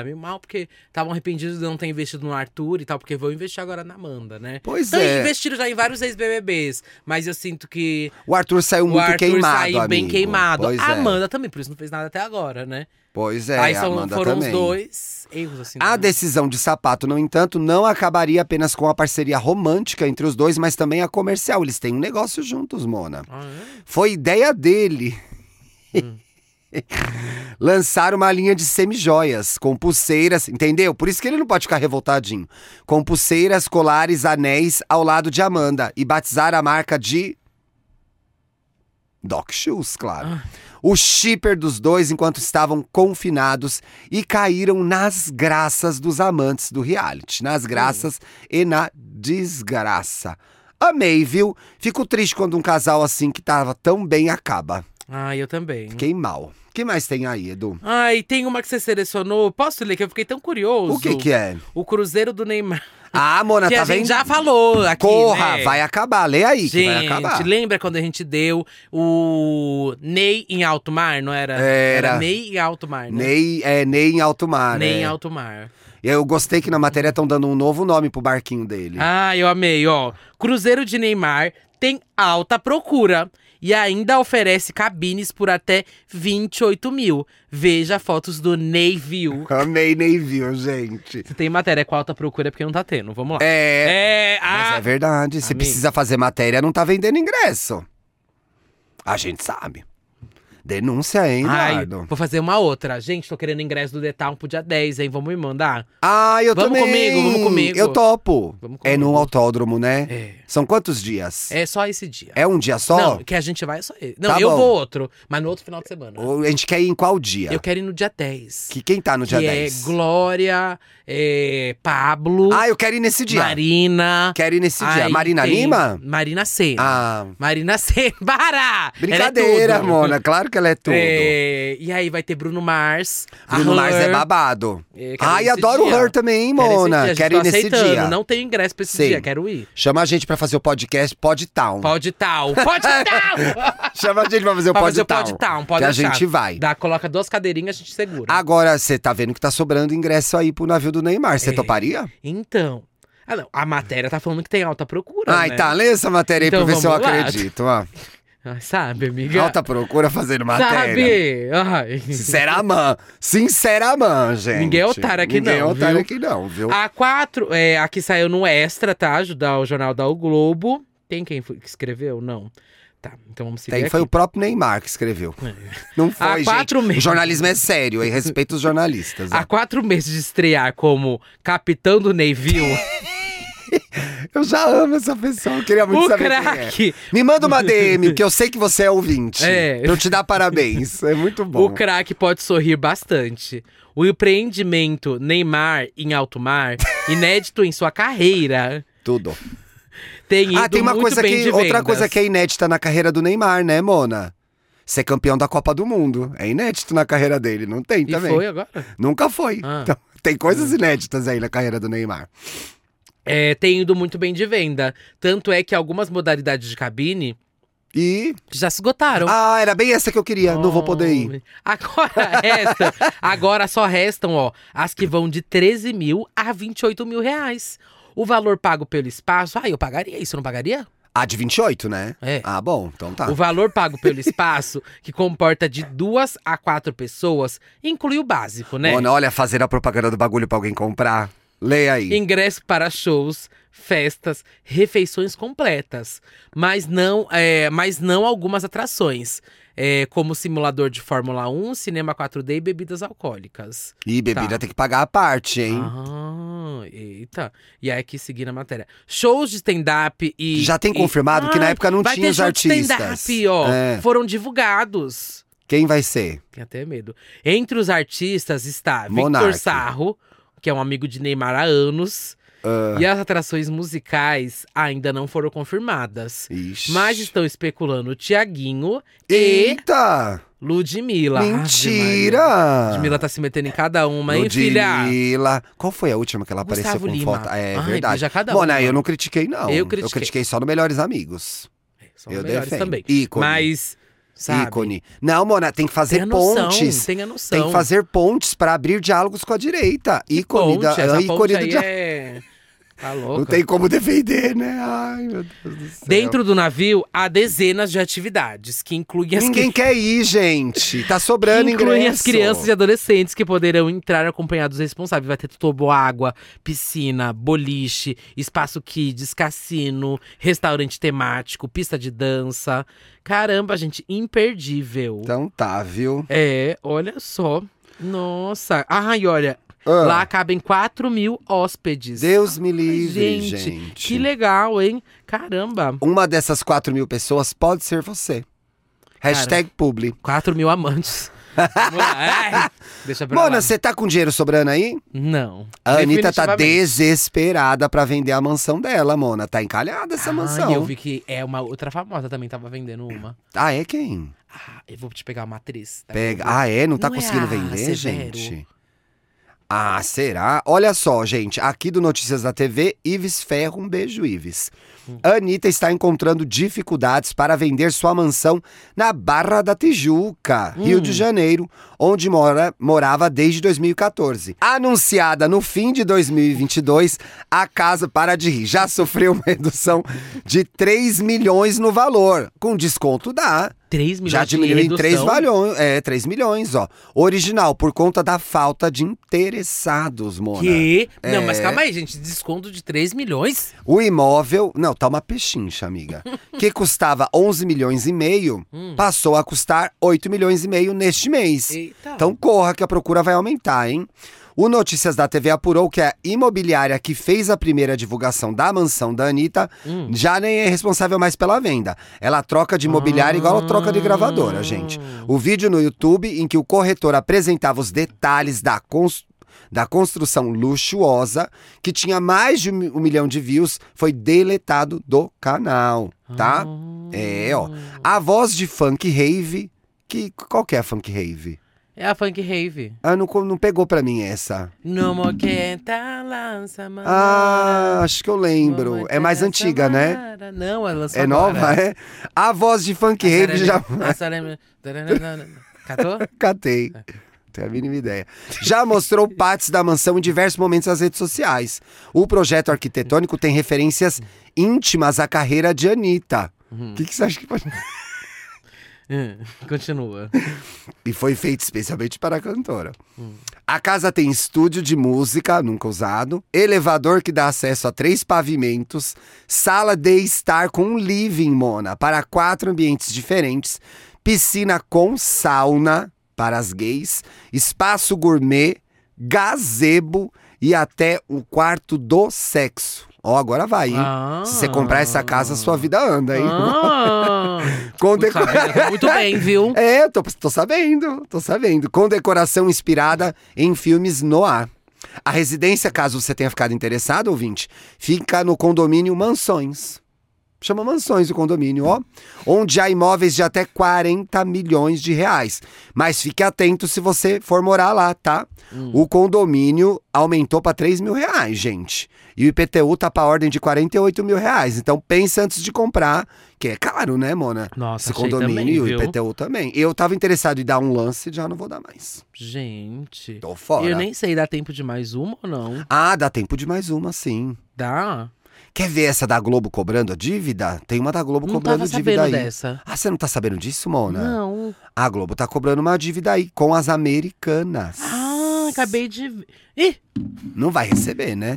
[SPEAKER 1] meio mal, porque estavam arrependidos de não ter investido no Arthur e tal, porque vão investir agora na Amanda, né?
[SPEAKER 2] Pois
[SPEAKER 1] Então,
[SPEAKER 2] é.
[SPEAKER 1] investiram já em vários ex-BBBs, mas eu sinto que
[SPEAKER 2] O Arthur saiu
[SPEAKER 1] o
[SPEAKER 2] muito
[SPEAKER 1] Arthur
[SPEAKER 2] queimado,
[SPEAKER 1] saiu bem
[SPEAKER 2] amigo.
[SPEAKER 1] queimado.
[SPEAKER 2] Pois
[SPEAKER 1] a
[SPEAKER 2] é.
[SPEAKER 1] Amanda também, por isso não fez nada até agora, né?
[SPEAKER 2] Pois é,
[SPEAKER 1] Aí são,
[SPEAKER 2] Amanda
[SPEAKER 1] foram
[SPEAKER 2] também.
[SPEAKER 1] os dois erros, assim.
[SPEAKER 2] A
[SPEAKER 1] do-
[SPEAKER 2] decisão de sapato, no entanto, não acabaria apenas com a parceria romântica entre os dois, mas também a comercial. Eles têm um negócio juntos, Mona.
[SPEAKER 1] Ah, é?
[SPEAKER 2] Foi ideia dele. *laughs* Lançar uma linha de semijoias com pulseiras, entendeu? Por isso que ele não pode ficar revoltadinho. Com pulseiras, colares, anéis ao lado de Amanda e batizar a marca de. Doc Shoes, claro. O shipper dos dois enquanto estavam confinados e caíram nas graças dos amantes do reality.
[SPEAKER 1] Hum.
[SPEAKER 2] Nas graças e na desgraça. Amei, viu? Fico triste quando um casal assim que tava tão bem acaba.
[SPEAKER 1] Ah, eu também.
[SPEAKER 2] Fiquei mal. O que mais tem aí, Edu?
[SPEAKER 1] Ai, tem uma que você selecionou. Posso ler? Que eu fiquei tão curioso.
[SPEAKER 2] O que que é?
[SPEAKER 1] O Cruzeiro do Neymar.
[SPEAKER 2] Ah, Mona,
[SPEAKER 1] que
[SPEAKER 2] tá
[SPEAKER 1] a gente
[SPEAKER 2] vendo?
[SPEAKER 1] já falou aqui,
[SPEAKER 2] Corra,
[SPEAKER 1] né?
[SPEAKER 2] vai acabar. Lê aí que vai
[SPEAKER 1] Gente, né?
[SPEAKER 2] acabar.
[SPEAKER 1] lembra quando a gente deu o Ney em alto mar, não era?
[SPEAKER 2] Era.
[SPEAKER 1] Ney em alto mar, né?
[SPEAKER 2] Ney, é, Ney em alto mar,
[SPEAKER 1] Ney em
[SPEAKER 2] é.
[SPEAKER 1] alto mar.
[SPEAKER 2] Eu gostei que na matéria estão dando um novo nome pro barquinho dele.
[SPEAKER 1] Ah, eu amei, ó. Cruzeiro de Neymar tem alta procura e ainda oferece cabines por até 28 mil. Veja fotos do Ney View.
[SPEAKER 2] Amei Ney viu, gente.
[SPEAKER 1] Se tem matéria com alta procura é porque não tá tendo, vamos lá.
[SPEAKER 2] É,
[SPEAKER 1] É,
[SPEAKER 2] mas
[SPEAKER 1] ah,
[SPEAKER 2] é verdade. Se
[SPEAKER 1] Amigo.
[SPEAKER 2] precisa fazer matéria, não tá vendendo ingresso. A gente sabe. Denúncia, hein,
[SPEAKER 1] Ai,
[SPEAKER 2] Eduardo?
[SPEAKER 1] vou fazer uma outra. Gente, tô querendo ingresso do Detal pro dia 10, hein? Vamos me mandar?
[SPEAKER 2] Ah, eu
[SPEAKER 1] Vamos
[SPEAKER 2] também.
[SPEAKER 1] comigo, vamos comigo.
[SPEAKER 2] Eu topo.
[SPEAKER 1] Vamos
[SPEAKER 2] é num
[SPEAKER 1] comigo.
[SPEAKER 2] autódromo, né?
[SPEAKER 1] É.
[SPEAKER 2] São quantos dias? É,
[SPEAKER 1] É só esse dia.
[SPEAKER 2] um dia só?
[SPEAKER 1] Não, que a gente vai é só esse. Não,
[SPEAKER 2] Tá
[SPEAKER 1] eu
[SPEAKER 2] bom.
[SPEAKER 1] vou outro, mas no outro final de semana.
[SPEAKER 2] Ou a gente quer ir em qual dia?
[SPEAKER 1] Eu quero ir no dia 10.
[SPEAKER 2] Que quem tá no dia
[SPEAKER 1] que
[SPEAKER 2] 10?
[SPEAKER 1] é Glória, é, Pablo,
[SPEAKER 2] Ah, eu quero ir nesse dia.
[SPEAKER 1] Marina.
[SPEAKER 2] Quero ir nesse dia.
[SPEAKER 1] aí
[SPEAKER 2] Marina
[SPEAKER 1] tem
[SPEAKER 2] Lima?
[SPEAKER 1] Marina Senna.
[SPEAKER 2] Ah,
[SPEAKER 1] Marina *laughs* Senna. Para!
[SPEAKER 2] brincadeira,
[SPEAKER 1] Ela é tudo.
[SPEAKER 2] Mona. Claro que ela é tudo.
[SPEAKER 1] *laughs* É, e aí vai ter Bruno Mars. a
[SPEAKER 2] Bruno Mars é
[SPEAKER 1] Her.
[SPEAKER 2] babado.
[SPEAKER 1] É, quero ir
[SPEAKER 2] Ai,
[SPEAKER 1] nesse
[SPEAKER 2] adoro
[SPEAKER 1] dia.
[SPEAKER 2] o Her também, hein,
[SPEAKER 1] Quero esse dia,
[SPEAKER 2] Mona.
[SPEAKER 1] gente,
[SPEAKER 2] Quero
[SPEAKER 1] tô
[SPEAKER 2] ir nesse
[SPEAKER 1] aceitando, né?
[SPEAKER 2] dia.
[SPEAKER 1] Não tenho ingresso pra esse
[SPEAKER 2] Sim.
[SPEAKER 1] dia, quero ir.
[SPEAKER 2] Chama a gente pra fazer o podcast Pod Town.
[SPEAKER 1] Pode tal, pode tal!
[SPEAKER 2] *laughs* Chama a gente pra fazer o
[SPEAKER 1] Pra
[SPEAKER 2] Pod
[SPEAKER 1] fazer o
[SPEAKER 2] Town.
[SPEAKER 1] pode tal, pode
[SPEAKER 2] Que a
[SPEAKER 1] deixar.
[SPEAKER 2] gente vai.
[SPEAKER 1] Dá, coloca duas cadeirinhas, a gente segura.
[SPEAKER 2] Agora, você tá vendo que tá sobrando ingresso aí pro navio do Neymar. Você
[SPEAKER 1] É.
[SPEAKER 2] toparia?
[SPEAKER 1] Então. Ah, não. A matéria tá falando que tem alta procura.
[SPEAKER 2] Ai,
[SPEAKER 1] né?
[SPEAKER 2] tá. Lê essa matéria aí
[SPEAKER 1] Então
[SPEAKER 2] pra ver se eu
[SPEAKER 1] vamos lá.
[SPEAKER 2] acredito. ó.
[SPEAKER 1] Ah, Sabe, amiga?
[SPEAKER 2] Alta procura fazendo matéria.
[SPEAKER 1] Sabe? Ai.
[SPEAKER 2] Sincera man. Sincera man, gente.
[SPEAKER 1] Ninguém é otário aqui
[SPEAKER 2] Ninguém
[SPEAKER 1] não,
[SPEAKER 2] é otário
[SPEAKER 1] viu? Ah,
[SPEAKER 2] aqui não, viu?
[SPEAKER 1] A 4, é, a que saiu no Extra, tá? Ajudar o jornal da O Globo. Tem quem foi que escreveu? Não. Tá, então vamos seguir
[SPEAKER 2] Tem,
[SPEAKER 1] aqui.
[SPEAKER 2] foi o próprio Neymar que escreveu. Não foi,
[SPEAKER 1] Há quatro
[SPEAKER 2] gente.
[SPEAKER 1] meses. Ah.
[SPEAKER 2] O jornalismo é sério, e respeito os jornalistas. ó.
[SPEAKER 1] Há quatro meses de estrear como capitão do navio,
[SPEAKER 2] Eu já amo essa pessoa, *laughs* eu queria muito
[SPEAKER 1] o
[SPEAKER 2] saber quem é.
[SPEAKER 1] craque
[SPEAKER 2] Me manda uma
[SPEAKER 1] *laughs*
[SPEAKER 2] DM, que eu sei que você é ouvinte.
[SPEAKER 1] É.
[SPEAKER 2] Pra eu te dar parabéns. É muito
[SPEAKER 1] O
[SPEAKER 2] bom.
[SPEAKER 1] craque pode sorrir bastante. O empreendimento Neymar em alto
[SPEAKER 2] *laughs*
[SPEAKER 1] mar, inédito em sua carreira,
[SPEAKER 2] Tudo.
[SPEAKER 1] tem ido
[SPEAKER 2] Ah, tem uma
[SPEAKER 1] muito
[SPEAKER 2] coisa
[SPEAKER 1] bem
[SPEAKER 2] que.
[SPEAKER 1] de
[SPEAKER 2] Outra
[SPEAKER 1] vendas.
[SPEAKER 2] coisa que é inédita na carreira do Neymar, né, Mona? Ser campeão da Copa do Mundo. É inédito na carreira dele, não tem
[SPEAKER 1] E
[SPEAKER 2] também.
[SPEAKER 1] foi agora?
[SPEAKER 2] Nunca foi.
[SPEAKER 1] Ah.
[SPEAKER 2] Então, tem coisas inéditas aí na carreira do Neymar.
[SPEAKER 1] É, tem ido muito bem de venda. Tanto é que algumas modalidades de cabine
[SPEAKER 2] E.
[SPEAKER 1] já se esgotaram.
[SPEAKER 2] Ah, era bem essa que eu queria. Não vou poder ir.
[SPEAKER 1] Agora *laughs* resta, agora só restam, ó, as que vão de 13 mil a 28 mil reais. O valor pago pelo espaço. Ah, eu pagaria isso, não pagaria?
[SPEAKER 2] Ah, de 28, né?
[SPEAKER 1] É.
[SPEAKER 2] Ah, bom, então tá.
[SPEAKER 1] O valor pago pelo espaço, que comporta de duas a quatro pessoas, inclui o básico, né?
[SPEAKER 2] Mona, olha, fazer a propaganda do bagulho pra alguém comprar. Leia aí.
[SPEAKER 1] Ingresso para shows, festas, refeições completas, mas não, é, mas não algumas atrações, é, como simulador de Fórmula 1, cinema 4D e bebidas alcoólicas.
[SPEAKER 2] Ih, bebida
[SPEAKER 1] Tá.
[SPEAKER 2] tem que pagar a parte, hein?
[SPEAKER 1] Ah, eita. E aí aqui seguindo a matéria. Shows de stand-up e.
[SPEAKER 2] Já tem
[SPEAKER 1] e-
[SPEAKER 2] confirmado que na
[SPEAKER 1] Ai,
[SPEAKER 2] época não
[SPEAKER 1] vai
[SPEAKER 2] tinha
[SPEAKER 1] ter
[SPEAKER 2] os
[SPEAKER 1] show de
[SPEAKER 2] artistas.
[SPEAKER 1] stand-up, ó.
[SPEAKER 2] É.
[SPEAKER 1] Foram divulgados.
[SPEAKER 2] Quem vai ser?
[SPEAKER 1] Tem até medo. Entre os artistas está
[SPEAKER 2] Monark.
[SPEAKER 1] Victor Sarro, que é um amigo de Neymar há anos.
[SPEAKER 2] Ah.
[SPEAKER 1] E as atrações musicais ainda não foram confirmadas.
[SPEAKER 2] Ixi.
[SPEAKER 1] Mas estão especulando Tiaguinho e
[SPEAKER 2] Eita!
[SPEAKER 1] Ludmilla. Ave Maria.
[SPEAKER 2] Mentira!
[SPEAKER 1] Ludmilla tá se metendo em cada uma, hein, filha?
[SPEAKER 2] Ludmilla. Qual foi a última que ela apareceu
[SPEAKER 1] Gustavo
[SPEAKER 2] com
[SPEAKER 1] Lima.
[SPEAKER 2] foto? É
[SPEAKER 1] Ai,
[SPEAKER 2] verdade.
[SPEAKER 1] beija cada
[SPEAKER 2] Mona,
[SPEAKER 1] uma.
[SPEAKER 2] eu não critiquei, não.
[SPEAKER 1] Eu critiquei.
[SPEAKER 2] só no Melhores Amigos.
[SPEAKER 1] São
[SPEAKER 2] eu
[SPEAKER 1] melhores
[SPEAKER 2] defendo.
[SPEAKER 1] também.
[SPEAKER 2] Ícone.
[SPEAKER 1] Mas, sabe?
[SPEAKER 2] Ícone. Não, Mona, tem que fazer
[SPEAKER 1] Tenha noção,
[SPEAKER 2] pontes.
[SPEAKER 1] tenha
[SPEAKER 2] Tem
[SPEAKER 1] noção.
[SPEAKER 2] que fazer pontes pra abrir diálogos com a direita. Ícone
[SPEAKER 1] ponte,
[SPEAKER 2] da,
[SPEAKER 1] essa
[SPEAKER 2] ícone
[SPEAKER 1] ponte
[SPEAKER 2] do
[SPEAKER 1] aí
[SPEAKER 2] dia-
[SPEAKER 1] é... Tá louco.
[SPEAKER 2] Não tem como defender, né? Ai, meu Deus do céu.
[SPEAKER 1] Dentro do navio, há dezenas de atividades, que incluem as,
[SPEAKER 2] Ninguém
[SPEAKER 1] que...
[SPEAKER 2] quer ir, gente. Tá sobrando
[SPEAKER 1] que incluem
[SPEAKER 2] ingresso.
[SPEAKER 1] as crianças e adolescentes que poderão entrar acompanhados dos responsáveis. Vai ter água, piscina, boliche, espaço kids, cassino, restaurante temático, pista de dança. Caramba, gente, imperdível.
[SPEAKER 2] Então tá, viu?
[SPEAKER 1] É, olha só. Nossa. Ah, e olha,
[SPEAKER 2] Ah,
[SPEAKER 1] lá cabem 4 mil hóspedes.
[SPEAKER 2] Deus me livre,
[SPEAKER 1] gente,
[SPEAKER 2] gente.
[SPEAKER 1] Que legal, hein? Caramba.
[SPEAKER 2] Uma dessas 4 mil pessoas pode ser você. Hashtag publi.
[SPEAKER 1] 4 mil
[SPEAKER 2] *laughs*
[SPEAKER 1] amantes. Vamos lá. Ai, deixa pra
[SPEAKER 2] Mona,
[SPEAKER 1] lá.
[SPEAKER 2] você tá com dinheiro sobrando aí?
[SPEAKER 1] Não.
[SPEAKER 2] A Anitta tá
[SPEAKER 1] Definitivamente.
[SPEAKER 2] desesperada pra vender a mansão dela, Mona. Tá encalhada essa
[SPEAKER 1] Ah,
[SPEAKER 2] mansão.
[SPEAKER 1] e eu vi que é uma outra famosa também, tava vendendo uma.
[SPEAKER 2] Ah, é quem?
[SPEAKER 1] Ah, eu vou te pegar uma atriz. tá?
[SPEAKER 2] Pega. Ah, é? Não tá
[SPEAKER 1] Não é
[SPEAKER 2] conseguindo
[SPEAKER 1] a
[SPEAKER 2] vender,
[SPEAKER 1] Severo?
[SPEAKER 2] gente? Ah, será? Olha só, gente. Aqui do Notícias da TV, Ives Ferro, um beijo, Ives.
[SPEAKER 1] Hum.
[SPEAKER 2] Anitta está encontrando dificuldades para vender sua mansão na Barra da Tijuca, Rio
[SPEAKER 1] Hum.
[SPEAKER 2] de Janeiro, onde mora, morava desde 2014. Anunciada no fim de 2022, a casa, para de rir, já sofreu uma redução de 3 milhões no valor. Com desconto dá.
[SPEAKER 1] 3 milhões
[SPEAKER 2] Já diminuiu
[SPEAKER 1] de
[SPEAKER 2] em 3,
[SPEAKER 1] redução.
[SPEAKER 2] valhões, é, 3 milhões, ó. Original, por conta da falta de interessados, Mona.
[SPEAKER 1] Que? Não, mas
[SPEAKER 2] É.
[SPEAKER 1] calma aí, gente. Desconto de 3 milhões?
[SPEAKER 2] O imóvel. Não, tá uma
[SPEAKER 1] *laughs*
[SPEAKER 2] pechincha, amiga. que custava 11 milhões e meio,
[SPEAKER 1] Hum.
[SPEAKER 2] passou a custar 8 milhões e meio neste mês.
[SPEAKER 1] Eita.
[SPEAKER 2] Então corra que a procura vai aumentar, hein? O Notícias da TV apurou que a imobiliária que fez a primeira divulgação da mansão da Anitta
[SPEAKER 1] Hum.
[SPEAKER 2] já nem é responsável mais pela venda. Ela troca de imobiliária igual ela troca de gravadora, gente. O vídeo no YouTube em que o corretor apresentava os detalhes da cons- da construção luxuosa, que tinha mais de um milhão de views, foi deletado do canal,
[SPEAKER 1] Ah.
[SPEAKER 2] tá? É, ó. A voz de funk rave, que qual que é a funk rave?
[SPEAKER 1] É a funk rave.
[SPEAKER 2] Ah, não, co- não pegou pra mim essa.
[SPEAKER 1] No moqueta lança mano.
[SPEAKER 2] Ah, acho que eu lembro. É mais antiga, né?
[SPEAKER 1] Não, ela lançou
[SPEAKER 2] É nova, é? A voz de funk rave já *laughs*
[SPEAKER 1] Catou?
[SPEAKER 2] catei. Tenho a mínima ideia. Já mostrou partes da mansão em diversos momentos nas redes sociais. O projeto arquitetônico tem referências íntimas à carreira de Anitta. O que, que você acha que pode.
[SPEAKER 1] Hum, Continua.
[SPEAKER 2] E foi feito especialmente para a cantora. A casa tem estúdio de música, nunca usado, elevador que dá acesso a três pavimentos, sala de estar com um living, Mona, para quatro ambientes diferentes, piscina com sauna para as gays, espaço gourmet, gazebo e até o quarto do sexo. Ó, agora vai, hein?
[SPEAKER 1] Ah.
[SPEAKER 2] Se você comprar essa casa, sua vida é anda, hein? *laughs*
[SPEAKER 1] Ah.
[SPEAKER 2] Com
[SPEAKER 1] Puta,
[SPEAKER 2] decor-
[SPEAKER 1] amiga, tá Muito bem, viu?
[SPEAKER 2] é, eu tô, tô sabendo, tô sabendo. Com decoração inspirada em filmes noir. A residência, caso você tenha ficado interessado, ouvinte, fica no condomínio Mansões. Chama Mansões o condomínio, ó. Onde há imóveis de até 40 milhões de reais. Mas fique atento se você for morar lá, tá?
[SPEAKER 1] Hum.
[SPEAKER 2] O condomínio aumentou para 3 mil reais, gente. E o IPTU tá pra ordem de 48 mil reais. Então pensa antes de comprar, que é caro, né, Mona?
[SPEAKER 1] Nossa,
[SPEAKER 2] Esse
[SPEAKER 1] achei
[SPEAKER 2] condomínio
[SPEAKER 1] também,
[SPEAKER 2] e o
[SPEAKER 1] viu?
[SPEAKER 2] IPTU também. Eu tava interessado em dar um lance, já não vou dar mais.
[SPEAKER 1] Gente.
[SPEAKER 2] Tô fora.
[SPEAKER 1] Eu nem sei, dá tempo de mais uma ou não?
[SPEAKER 2] Ah, dá tempo de mais uma, sim.
[SPEAKER 1] Dá?
[SPEAKER 2] Quer ver essa da Globo cobrando a dívida? Tem uma da Globo
[SPEAKER 1] Não
[SPEAKER 2] cobrando
[SPEAKER 1] tava
[SPEAKER 2] dívida
[SPEAKER 1] sabendo
[SPEAKER 2] aí.
[SPEAKER 1] dessa.
[SPEAKER 2] Ah, você não tá sabendo disso, Mona?
[SPEAKER 1] Não.
[SPEAKER 2] A Globo tá cobrando uma dívida aí com as americanas.
[SPEAKER 1] Ah, acabei de. ver. Ih,
[SPEAKER 2] Não vai receber, né?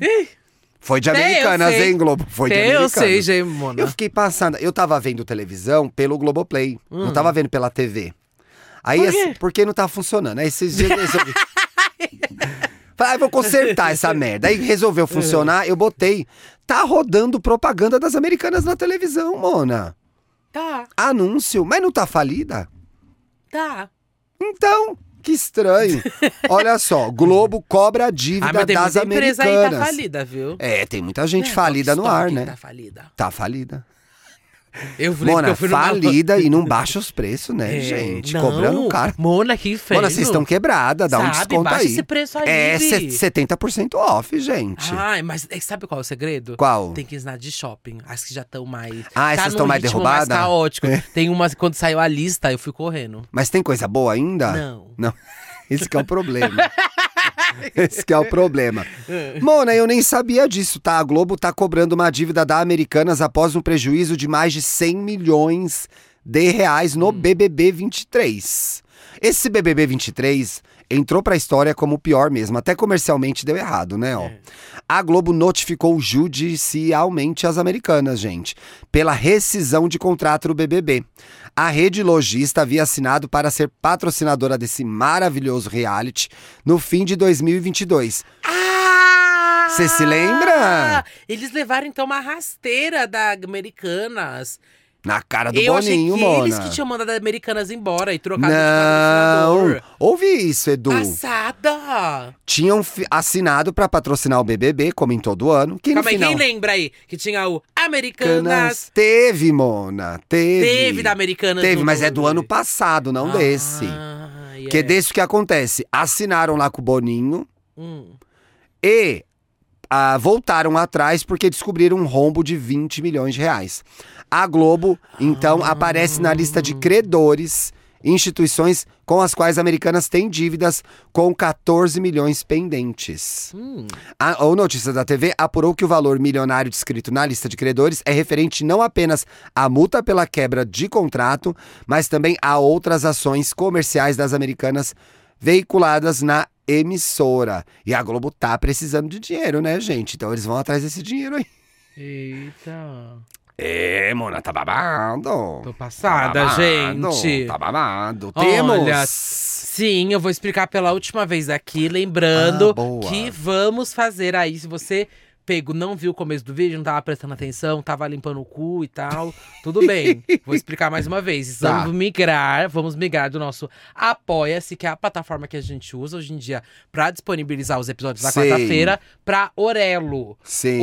[SPEAKER 2] Foi de
[SPEAKER 1] Sei, eu
[SPEAKER 2] americanas,
[SPEAKER 1] sei.
[SPEAKER 2] hein, Globo? Foi de
[SPEAKER 1] eu
[SPEAKER 2] americanas.
[SPEAKER 1] sei, Gemona.
[SPEAKER 2] Eu fiquei passada. Eu tava vendo televisão pelo Globoplay. Não tava vendo pela TV. Aí,
[SPEAKER 1] Hum. Por quê?
[SPEAKER 2] assim, porque não tava funcionando. Aí esses dias eu
[SPEAKER 1] *laughs*
[SPEAKER 2] resolvi. Falei, ah, vou consertar essa merda. Aí resolveu funcionar, eu botei. Tá rodando propaganda das americanas na televisão, Mona.
[SPEAKER 1] Tá,
[SPEAKER 2] Anúncio, mas não tá falida?
[SPEAKER 1] tá.
[SPEAKER 2] Então,
[SPEAKER 1] *laughs*
[SPEAKER 2] que estranho. Olha só, Globo cobra a dívida
[SPEAKER 1] Ah, mas tem
[SPEAKER 2] das
[SPEAKER 1] muita
[SPEAKER 2] americanas.
[SPEAKER 1] empresa aí que tá falida, viu?
[SPEAKER 2] É, tem muita gente
[SPEAKER 1] É,
[SPEAKER 2] falida no
[SPEAKER 1] Stock
[SPEAKER 2] ar, né?
[SPEAKER 1] Tá falida.
[SPEAKER 2] Tá falida.
[SPEAKER 1] Eu falei porque
[SPEAKER 2] Mona,
[SPEAKER 1] eu fui numa-
[SPEAKER 2] falida e não baixa os preços, né,
[SPEAKER 1] É,
[SPEAKER 2] gente?
[SPEAKER 1] não.
[SPEAKER 2] Cobrando caro.
[SPEAKER 1] Mona, que inferno.
[SPEAKER 2] Mona, vocês estão quebrada, dá um
[SPEAKER 1] Sabe,
[SPEAKER 2] desconto
[SPEAKER 1] baixa
[SPEAKER 2] aí.
[SPEAKER 1] esse preço aí,
[SPEAKER 2] é
[SPEAKER 1] Vi.
[SPEAKER 2] 70% off, gente.
[SPEAKER 1] Ai, mas é, sabe qual é o segredo?
[SPEAKER 2] Qual?
[SPEAKER 1] Tem que ensinar de shopping. As que já estão mais.
[SPEAKER 2] Ah, essas
[SPEAKER 1] num
[SPEAKER 2] estão mais É.
[SPEAKER 1] ritmo
[SPEAKER 2] derrubadas?
[SPEAKER 1] Mais caótico. Tem umas que quando saiu a lista, eu fui correndo.
[SPEAKER 2] Ah. Mas tem coisa boa ainda?
[SPEAKER 1] Não.
[SPEAKER 2] Não. Esse que é o problema. *laughs* Esse que é o problema. Mona, eu nem sabia disso, tá? A Globo tá cobrando uma dívida da Americanas após um prejuízo de mais de 100 milhões de reais no BBB 23. Esse BBB 23 entrou pra história como o pior mesmo, até comercialmente deu errado, né, ó. A Globo notificou judicialmente as americanas, gente, pela rescisão de contrato do BBB. A rede lojista havia assinado para ser patrocinadora desse maravilhoso reality no fim de 2022.
[SPEAKER 1] Ah!
[SPEAKER 2] Você se lembra?
[SPEAKER 1] Eles levaram então uma rasteira da Americanas.
[SPEAKER 2] Na cara do
[SPEAKER 1] Eu achei
[SPEAKER 2] Boninho,
[SPEAKER 1] que
[SPEAKER 2] mona.
[SPEAKER 1] eles que tinham mandado as Americanas embora e trocado de
[SPEAKER 2] Não,
[SPEAKER 1] patrocinador.
[SPEAKER 2] ouve isso, Edu.
[SPEAKER 1] Passada!
[SPEAKER 2] Tinham fi- assinado para patrocinar o BBB, como em todo ano. Que no
[SPEAKER 1] Calma aí,
[SPEAKER 2] final...
[SPEAKER 1] quem lembra aí? Que tinha o Americanas.
[SPEAKER 2] Americanas. Teve, Mona. Teve.
[SPEAKER 1] Teve da Americanas.
[SPEAKER 2] Teve,
[SPEAKER 1] no-
[SPEAKER 2] mas é do ano passado, não desse.
[SPEAKER 1] Ah, yeah.
[SPEAKER 2] Que é desse que acontece. Assinaram lá com o Boninho
[SPEAKER 1] Hum.
[SPEAKER 2] e ah, voltaram atrás porque descobriram um rombo de 20 milhões de reais. A Globo, então, aparece na lista de credores, instituições com as quais americanas têm dívidas com 14 milhões pendentes.
[SPEAKER 1] Hum.
[SPEAKER 2] A, o Notícias da TV apurou que o valor milionário descrito na lista de credores é referente não apenas à multa pela quebra de contrato, mas também a outras ações comerciais das americanas veiculadas na emissora. E a Globo tá precisando de dinheiro, né, gente? Então eles vão atrás desse dinheiro aí.
[SPEAKER 1] Eita.
[SPEAKER 2] É, Mona, tá babado.
[SPEAKER 1] Tô passada, Tá gente.
[SPEAKER 2] Tá babado. Temos.
[SPEAKER 1] Olha, Sim, eu vou explicar pela última vez aqui, lembrando
[SPEAKER 2] Ah, boa.
[SPEAKER 1] que vamos fazer aí. Se você pego, não viu o começo do vídeo, não tava prestando atenção, tava limpando o cu e tal, tudo
[SPEAKER 2] *laughs*
[SPEAKER 1] bem. vou explicar mais uma vez.
[SPEAKER 2] Tá.
[SPEAKER 1] Estamos migrar, vamos migrar do nosso Apoia-se, que é a plataforma que a gente usa hoje em dia pra disponibilizar os episódios da
[SPEAKER 2] Sei.
[SPEAKER 1] quarta-feira, pra Orelo.
[SPEAKER 2] Sim.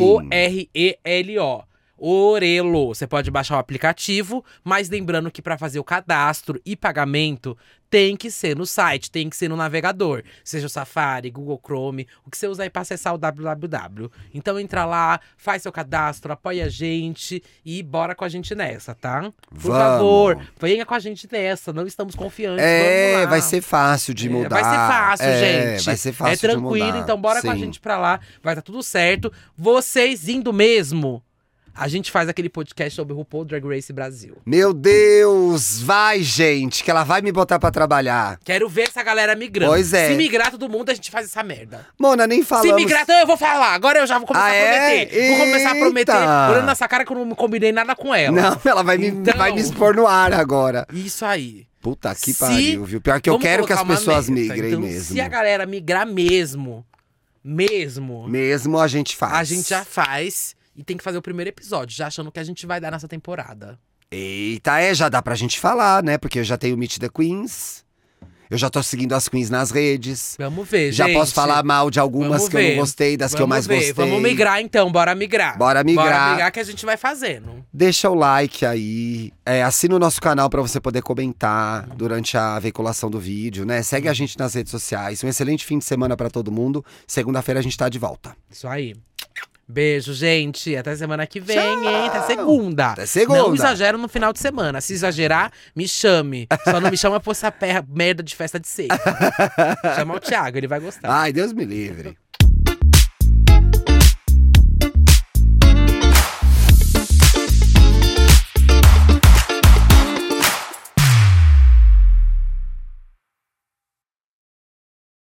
[SPEAKER 1] O-R-E-L-O. Orelo. Você pode baixar o aplicativo, mas lembrando que para fazer o cadastro e pagamento tem que ser no site, tem que ser no navegador. Seja o Safari, Google Chrome, o que você usar aí pra acessar o www. Então entra lá, faz seu cadastro, apoia a gente e bora com a gente nessa, tá? Por
[SPEAKER 2] Vamos.
[SPEAKER 1] favor, venha com a gente nessa, não estamos confiantes. vamos
[SPEAKER 2] É,
[SPEAKER 1] lá.
[SPEAKER 2] vai ser fácil de
[SPEAKER 1] É,
[SPEAKER 2] mudar.
[SPEAKER 1] Vai ser fácil,
[SPEAKER 2] É,
[SPEAKER 1] gente.
[SPEAKER 2] Vai ser fácil
[SPEAKER 1] É tranquilo,
[SPEAKER 2] de mudar.
[SPEAKER 1] então bora com a
[SPEAKER 2] Sim.
[SPEAKER 1] gente pra lá. Vai dar tudo certo. Vocês indo mesmo, a gente faz aquele podcast sobre RuPaul Drag Race Brasil.
[SPEAKER 2] Meu Deus, vai, gente, que ela vai me botar pra trabalhar.
[SPEAKER 1] Quero ver essa galera migrando.
[SPEAKER 2] Pois é.
[SPEAKER 1] Se migrar todo mundo, a gente faz essa merda.
[SPEAKER 2] Mona, nem falamos.
[SPEAKER 1] Se migrar, então eu vou falar. Agora eu já vou começar
[SPEAKER 2] Ah,
[SPEAKER 1] a
[SPEAKER 2] é?
[SPEAKER 1] prometer. Vou começar a
[SPEAKER 2] Eita.
[SPEAKER 1] prometer, olhando nessa cara que eu não combinei nada com ela.
[SPEAKER 2] Não, ela vai me,
[SPEAKER 1] Então.
[SPEAKER 2] vai me expor no ar agora.
[SPEAKER 1] Isso aí.
[SPEAKER 2] Puta que
[SPEAKER 1] Se-
[SPEAKER 2] pariu, viu? Pior que eu
[SPEAKER 1] Vamos
[SPEAKER 2] quero que as
[SPEAKER 1] colocar uma
[SPEAKER 2] pessoas
[SPEAKER 1] meta.
[SPEAKER 2] migrem
[SPEAKER 1] Então,
[SPEAKER 2] mesmo.
[SPEAKER 1] Se a galera migrar mesmo, mesmo,
[SPEAKER 2] Mesmo a gente faz.
[SPEAKER 1] A gente já faz e tem que fazer o primeiro episódio, já achando que a gente vai dar nessa temporada.
[SPEAKER 2] Eita, é, já dá pra gente falar, né? Porque eu já tenho o Meet the Queens. Eu já tô seguindo as Queens nas redes.
[SPEAKER 1] Vamos ver,
[SPEAKER 2] já
[SPEAKER 1] gente.
[SPEAKER 2] posso falar mal de algumas
[SPEAKER 1] vamos
[SPEAKER 2] que eu
[SPEAKER 1] ver.
[SPEAKER 2] não gostei, das
[SPEAKER 1] Vamos
[SPEAKER 2] que eu mais
[SPEAKER 1] ver.
[SPEAKER 2] gostei.
[SPEAKER 1] Vamos migrar então, bora migrar.
[SPEAKER 2] Bora migrar.
[SPEAKER 1] Bora migrar que a gente vai fazendo.
[SPEAKER 2] Deixa o like aí, é, assina o nosso canal pra você poder comentar durante a veiculação do vídeo, né? Segue a gente nas redes sociais. Um excelente fim de semana pra todo mundo. Segunda-feira a gente tá de volta.
[SPEAKER 1] Isso aí. Beijo, gente. Até semana que vem, hein? Até segunda.
[SPEAKER 2] Até segunda.
[SPEAKER 1] Não exagero no final de semana. Se exagerar, me chame. Só não me
[SPEAKER 2] *laughs*
[SPEAKER 1] chama por essa perra, merda de festa de sexta. chama o Thiago, ele vai gostar.
[SPEAKER 2] Ai, Deus me livre.